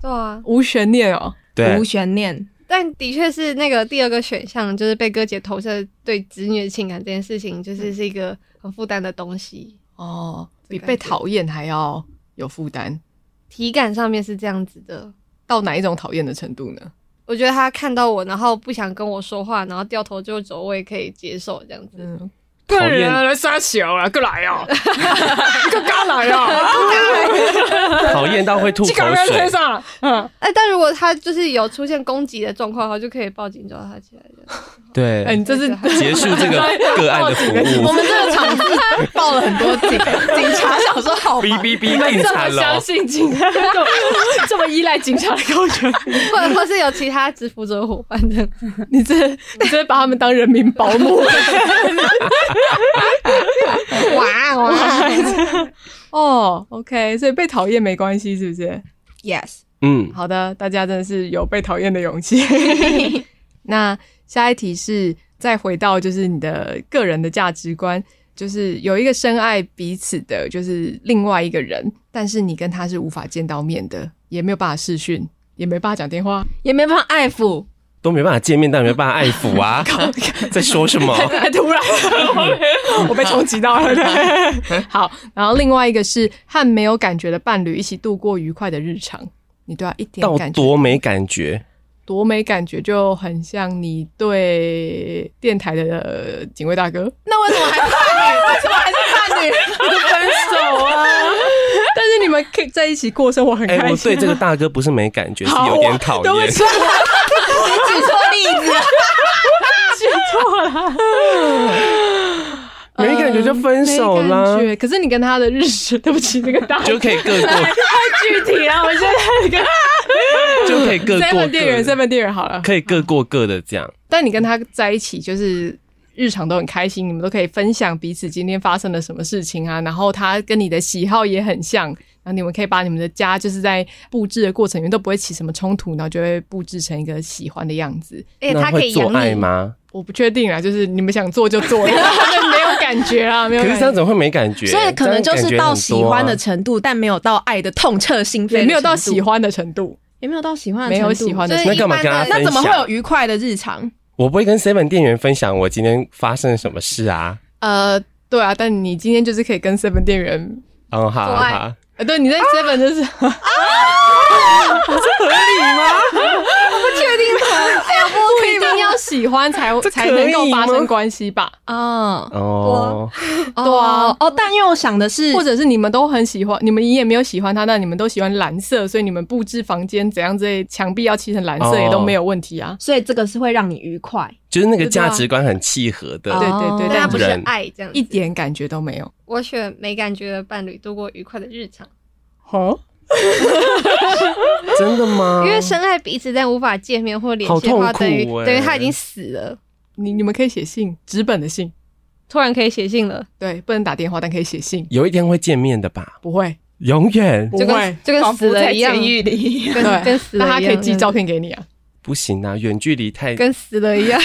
C: 对啊，
B: 无悬念哦。
A: 对
G: 无，悬念，
C: 但的确是那个第二个选项，就是被哥姐投射对子女的情感这件事情，就是是一个很负担的东西。
B: 哦，比被讨厌还要有负担，
C: 体感上面是这样子的，
B: 到哪一种讨厌的程度呢？
C: 我觉得他看到我，然后不想跟我说话，然后掉头就走，我也可以接受这样子。
B: 嗯，
A: 讨厌
B: 来撒小了，过来 哦，过干来哦，
A: 讨厌到会吐口 水。
B: 上，
C: 哎、但如果他就是有出现攻击的状况的话，就可以报警抓他起来这样。
B: 哎，
A: 对
B: 你，这是
A: 结束 这个个案的服
G: 我
A: 务。
G: 们这个场子报了很多警，警察想说好
A: 哔
G: 吧，
A: 哔哔，
B: 这
A: 更
B: 么
A: 惨了
B: 相。信警察，这么 这么依赖警察的高人，
C: 或者或是有其他制服者伙伴这样。
B: 你这你这把他们当人民保 姆，
C: 哇哇！
B: 哦，OK，所以被讨厌没关系，是不是？
G: ，yes，
A: 嗯，
B: 好的，大家真的是有被讨厌的勇 气。那下一题是再回到就是你的个人的价值观，就是有一个深爱彼此的，就是另外一个人，但是你跟他是无法见到面的，也没有办法视讯，也没办法讲电话，
G: 也没办法爱抚，
A: 都没办法见面，但没办法爱抚 啊！在说什么？
B: 太 突然了， 我被冲击到了。 对，好，然后另外一个是和没有感觉的伴侣一起度过愉快的日常，你对他一点
A: 到
B: 感觉
A: 多没感觉？
B: 多没感觉，就很像你对电台的警卫大哥。
G: 那为什么还是伴侣？为什么还是伴侣？
B: 分手啊！ 但是你们可以在一起过生活很
A: 哎、
B: 开
A: 我
B: 心。
A: 对这个大哥不是没感觉，是
B: 好
A: 有点
B: 啊
A: 讨
B: 对
A: 厌
B: 不。起，
G: 举错例子，
A: 没感觉就分手
B: 没
A: 啦
B: 感，觉可是你跟他的日子，对不起，这个大
A: 就可以各过，
B: 具体啊，我现在跟
A: 就可以各过
B: seven 店员
A: 各的，
B: seven 店员好了。
A: 可以各过各的这样。
B: 但你跟他在一起，就是日常都很开心，你们都可以分享彼此今天发生了什么事情啊。然后他跟你的喜好也很像，然后你们可以把你们的家就是在布置的过程里面都不会起什么冲突，然后就会布置成一个喜欢的样子。
C: 而且
A: 那
C: 哎他可
A: 会
C: 以
A: 做爱
C: 养你，
A: 吗？
B: 我不确定啊，就是你们想做就做，然后就没有感觉啦，没有
A: 可是
B: 感
A: 这样
B: 觉，
A: 怎么会没感觉？
G: 所以可能就
A: 这
G: 是
A: 样感觉很多啊
G: 到喜欢的程度，但没有到爱的痛彻心扉的程
B: 也
G: 度，
B: 没有到喜欢的程度，
G: 也没有到喜欢的
B: 没
G: 程度，
B: 有喜欢的
C: 就
B: 程度。
C: 是
A: 那
C: 一
A: 干嘛
C: 般
A: 跟他
C: 的
A: 分
G: 那怎么会
A: 享？
G: 有愉快的日常？
A: 我不会跟 seven 店员分享我今天发生了什么事啊。
B: 呃，对啊，但你今天就是可以跟 seven 店员，
A: 嗯，好
C: 做
A: 好
C: 爱
A: 好，
B: 呃，对，
G: 啊
B: 你在 seven 就是不一定要喜欢才
A: 这
B: 才
A: 可
B: 能够
A: 以
B: 发
A: 吗
B: 生关系吧。
G: 哦，
A: 哦，
B: 对啊
G: 哦，但因为我想的是，
B: 或者是你们都很喜欢，你们你也没有喜欢他，但你们都喜欢蓝色，所以你们布置房间怎样之类，墙壁要漆成蓝色
A: 哦
B: 也都没有问题啊。
G: 所以这个是会让你愉快，
A: 就是那个价值观很契合
B: 对
A: 的。
B: 对对，
C: 但他
B: 但
C: 不
B: 是
C: 是
A: 人
C: 爱这样子
B: 一点感觉都没有。
C: 我选没感觉的伴侣度过愉快的日常，
B: 哦，
A: 真的吗？
C: 因为深爱彼此但无法见面或联系的
A: 嗯好
C: 话，
A: 痛苦
C: 等于
A: 欸
C: 等于他已经死了，
B: 你你们可以写信，纸本的信，
C: 突然可以写信了，
B: 对，不能打电话，但可以写信，
A: 有一天会见面的吧？
B: 不会
A: 永远
B: 不
C: 就
B: 会
C: 跟。就跟死了一样，
G: 里。
C: 跟
B: 对，
C: 跟死了
B: 那他
C: 一样，
B: 可以寄照，片给你啊，
A: 不行啊，远距离太
C: 跟死了一样。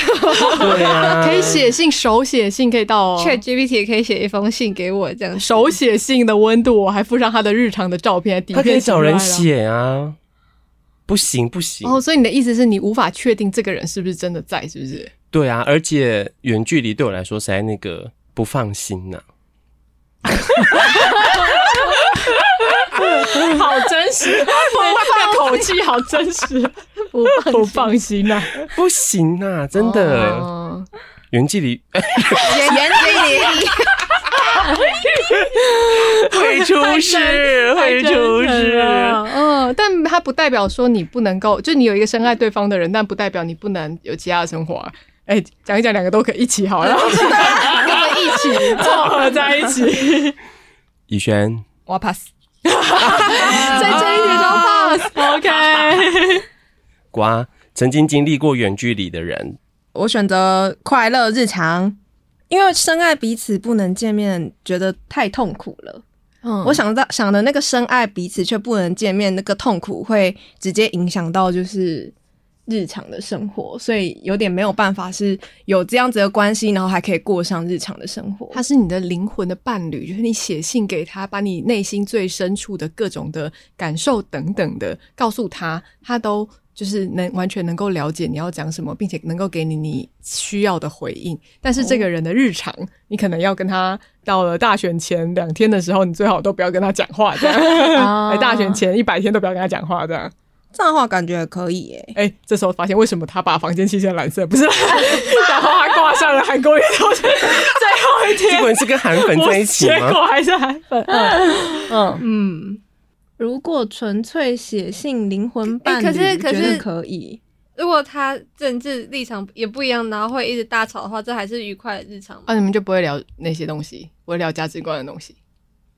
A: 对啊，
B: 可以写信，手写信可以 到哦
C: Chat GPT 也可以写一封信给我这样子，
B: 手写信的温度，我还附上他的日常的照片，底
A: 他可以
B: 片
A: 找人
B: 出来了。
A: 写啊。不行不行，
B: 哦，所以你的意思是你无法确定这个人是不是真的在，是不是？
A: 对啊，而且远距离对我来说实在那个不放心啊呐、
B: 好真实，那口气好真实，不不放心啊呐、
A: 不行呐、真的
B: 哦
A: 远距离 哎
G: 原理，
A: 会出事，会出事。
B: 嗯，但它不代表说你不能够，就你有一个深爱对方的人，但不代表你不能有其他的生活、啊。哎、讲一讲，两个都可以一起 好了，
C: 跟 我一起
B: 凑合在一起，
A: 以轩，
E: 我 pass。
B: 在这一 题中 pass。OK，
A: 瓜曾经经历过远距离的人，
G: 我选择快乐日常，因为深爱彼此不能见面，觉得太痛苦了。
B: 嗯
G: 我想到想的那个深爱彼此却不能见面，那个痛苦会直接影响到就是
D: 日常的生活，所以有点没有办法是有这样子的关系，然后还可以过上日常的生活。
B: 他是你的灵魂的伴侣，就是你写信给他，把你内心最深处的各种的感受等等的告诉他，他都就是能完全能够了解你要讲什么，并且能够给你你需要的回应。但是这个人的日常，你可能要跟他到了大选前两天的时候，你最好都不要跟他讲话， 这样。哎大选前一百天都不要跟他讲话，这样。
G: 这样的话感觉可以耶、
B: 哎、这时候发现为什么他把房间漆成蓝色？不是啦， 然后他挂上了韩国瑜头像，最后一
A: 结
B: 天，
A: 果你是跟韩 粉在一起
B: 结
A: 吗？
B: 果还是韩粉。嗯嗯，
G: 嗯，如果纯粹写信灵魂伴侣，
C: 哎可是可是
G: 觉得可以。
C: 如果他政治立场也不一样，然后会一直大吵的话，这还是愉快的日常嘛？
B: 啊，你们就不会聊那些东西，不会聊价值观的东西。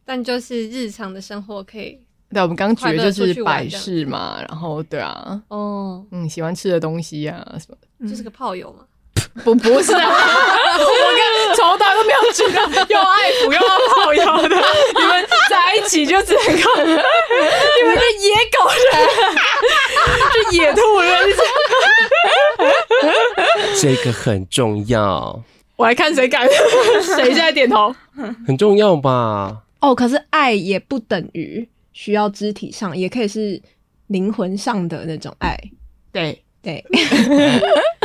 C: 但就是日常的生活可以
B: 对，啊我们刚举的就
C: 快乐出
B: 是
C: 去玩
B: 百事嘛，然后对啊，
C: 哦，嗯
B: 嗯，喜欢吃的东西啊什么的，
C: 就是个炮友嘛。
B: 不不是 啊，我跟从来都没有觉得又爱抚又要泡友的，你们在一起就只能够，你们是野狗 人， 是野兔人，你知道吗
A: 这个很重要，
B: 我还看谁 敢，谁现在点头？
A: 很重要吧？
D: 哦，可是爱也不等于需要肢体上，也可以是灵魂上的那种爱。
B: 对，
D: 对，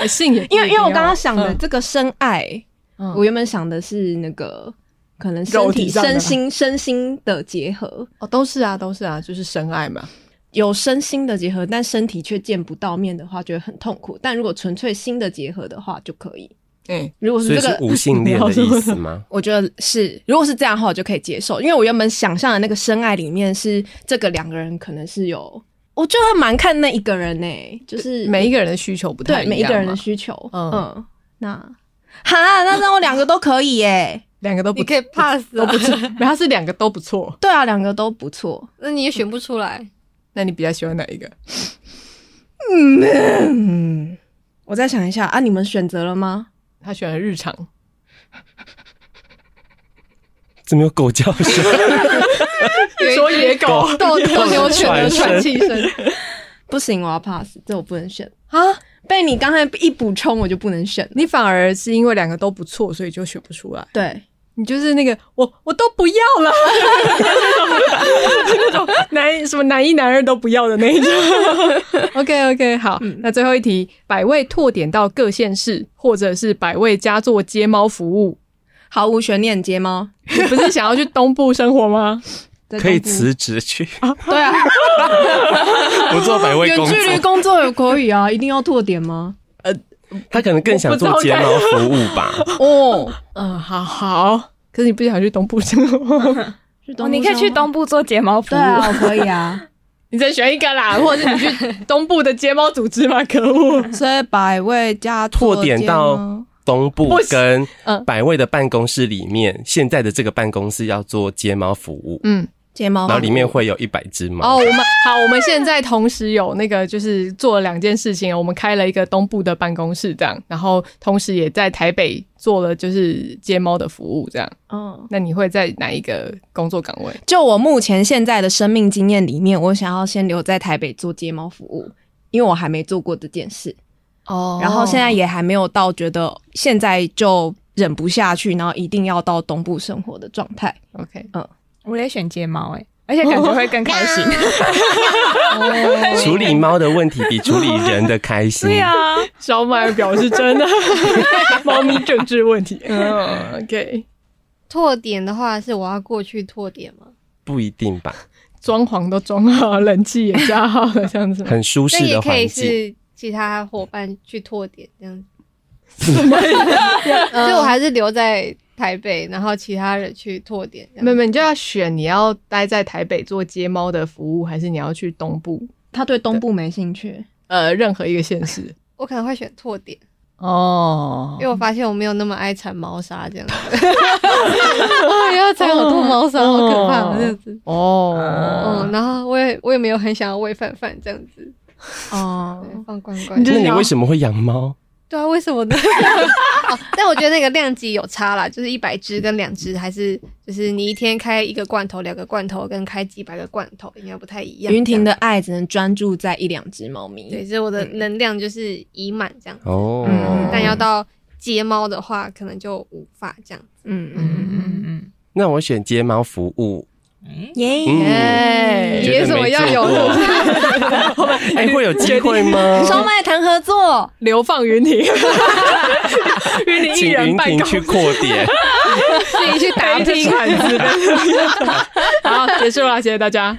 B: 信也不一
D: 因
B: 定要，
D: 为因为我刚刚想的
B: 嗯
D: 这个深爱，
B: 嗯
D: 我原本想的是那个可能身
B: 肉体
D: 体、
B: 上的
D: 身心、身心的结合，
B: 哦，都是啊，都是啊，就是深爱嘛。
D: 有身心的结合，但身体却见不到面的话，就会很痛苦。但如果纯粹心的结合的话，就可以。
B: 嗯，
D: 如果是
A: 所以
D: 这
A: 是
D: 个，
A: 无性恋的意思 吗？
D: 我觉得是，如果是这样的话，我就可以接受，因为我原本想象的那个深爱里面是这个两个人可能是有，我觉得蛮看那一个人呢、就是
B: 每一个人的需求不太
D: 对
B: 一样嘛，
D: 每一个人的需求，
B: 嗯
D: 嗯
G: 那哈，那让我两个都可以耶、
B: 两个都不
C: 你可以 pass
B: 都
C: 啊
B: 不，错，没有它是两个都不错。
D: 对啊，两个都不错。
C: 那你也选不出 来。
B: 那你比较喜欢哪一个？
D: 嗯，我再想一下啊，你们选择了吗？
B: 他选了日常，
A: 怎么有狗叫声？
B: 说野狗
D: 斗斗 牛犬的
A: 喘
D: 喘气声。不行，我要 pass，这我不能选啊！被你刚才一补充，我就不能选。
B: 你反而是因为两个都不错，所以就选不出来。
D: 对，
B: 你就是那个我我都不要 了，那种男什么男一男二都不要的那一 嗯种。OK OK，好，那最后一题，百位拓点到各县市，或者是百位家做接猫服 务，
D: 毫无悬念接猫，
B: 你不是想要去东部生活 吗？
D: 在
A: 可以
D: 东部
A: 辞职去
D: 对啊，
A: 不做百位
D: 远
A: 工
D: 距离
A: 作，
D: 工作也可以啊，一定要拓点吗？
A: 他可能更想做睫毛服务吧？
D: 哦，
B: 嗯，好好。可是你不想去东部生活吗，
D: 去东
E: 哦，
D: 部
E: 你可以去东部做睫毛服
D: 对
E: 务，
D: 啊，我可以啊。
B: 你再选一个啦，或者是你去东部的睫毛组织吗？可恶！
G: 所以百位加
A: 拓点到东部
B: 不行
A: 跟
B: 嗯
A: 百位的办公室里面，现在的这个办公室要做睫毛服务，
B: 嗯，
G: 睫毛
A: 然后里面会有一百只
B: 哦，
A: 猫
B: 我。们好，我们现在同时有那个就是做了两件事情，哦我们开了一个东部的办公室这样，然后同时也在台北做了就是接猫的服务这样。
D: 嗯，
B: 那你会在哪一个工作岗位？
D: 就我目前现在的生命经验里面，我想要先留在台北做睫毛服务，因为我还没做过这件事。
B: 哦
D: 然后现在也还没有到觉得现在就忍不下去，然后一定要到东部生活的状态。
B: OK，
E: 我也选睫毛哎、而且感觉会更开心。
A: 处理猫的问题比处理人的开心。
E: 对啊，
B: 小马儿表示真的， 猫咪政治问题。嗯，OK，
C: 拓点的话是我要过去拓点吗？
A: 不一定吧？
B: 装潢都装好了，冷气也加好了，这样子吗。
A: 很舒
C: 那
A: 适
C: 也
A: 的
C: 可以
A: 环境，
C: 是其他伙伴去拓点这样子。 所以
B: 嗯
C: 我还是留在台北，然后其他人去拓点这样。
B: 妹妹，你就要选你要待在台北做接猫的服务，还是你要去东部？
D: 他对东部没兴趣，
B: 呃，任何一个县市。
C: 我可能会选拓点，
B: 哦
C: 因为我发现我没有那么爱缠猫砂 这样子。哎呀，缠好多猫砂，好可怕
B: 哦
C: 这样子。
B: 哦，
C: 嗯，然后我也我也没有很想要喂饭饭这样子，
D: 哦
C: 对，放罐罐
B: 你。就
A: 那
B: 是
A: 你
B: 要
A: 为什么会养猫？
C: 对啊，为什么 呢？哦但我觉得那个量级有差啦，就是一百支跟两支，还是就是你一天开一个罐头、两个罐头，跟开几百个罐头应该不太一样。
G: 云婷的爱只能专注在一两只猫咪。
C: 对，所以我的能量就是已满这样，
A: 哦，
G: 嗯
C: 但要到接猫的话，可能就无法这样。
G: 嗯
E: 嗯
G: 嗯，
E: 嗯嗯
A: 那我选睫毛服务，
G: 耶、
A: 嗯，
C: 哎
A: 觉得
C: 为什么
A: 没
C: 要
A: 做
C: 有
A: 过
C: 路？
A: 哎，会有机会 吗？
G: 双麦谈合作，
B: 流放云庭，云庭一
A: 请
B: 人
A: 云
B: 办
A: 婷
B: 公
A: 去
B: 室
A: 扩点，
B: 自己去打拼，然后结束了，谢谢大家。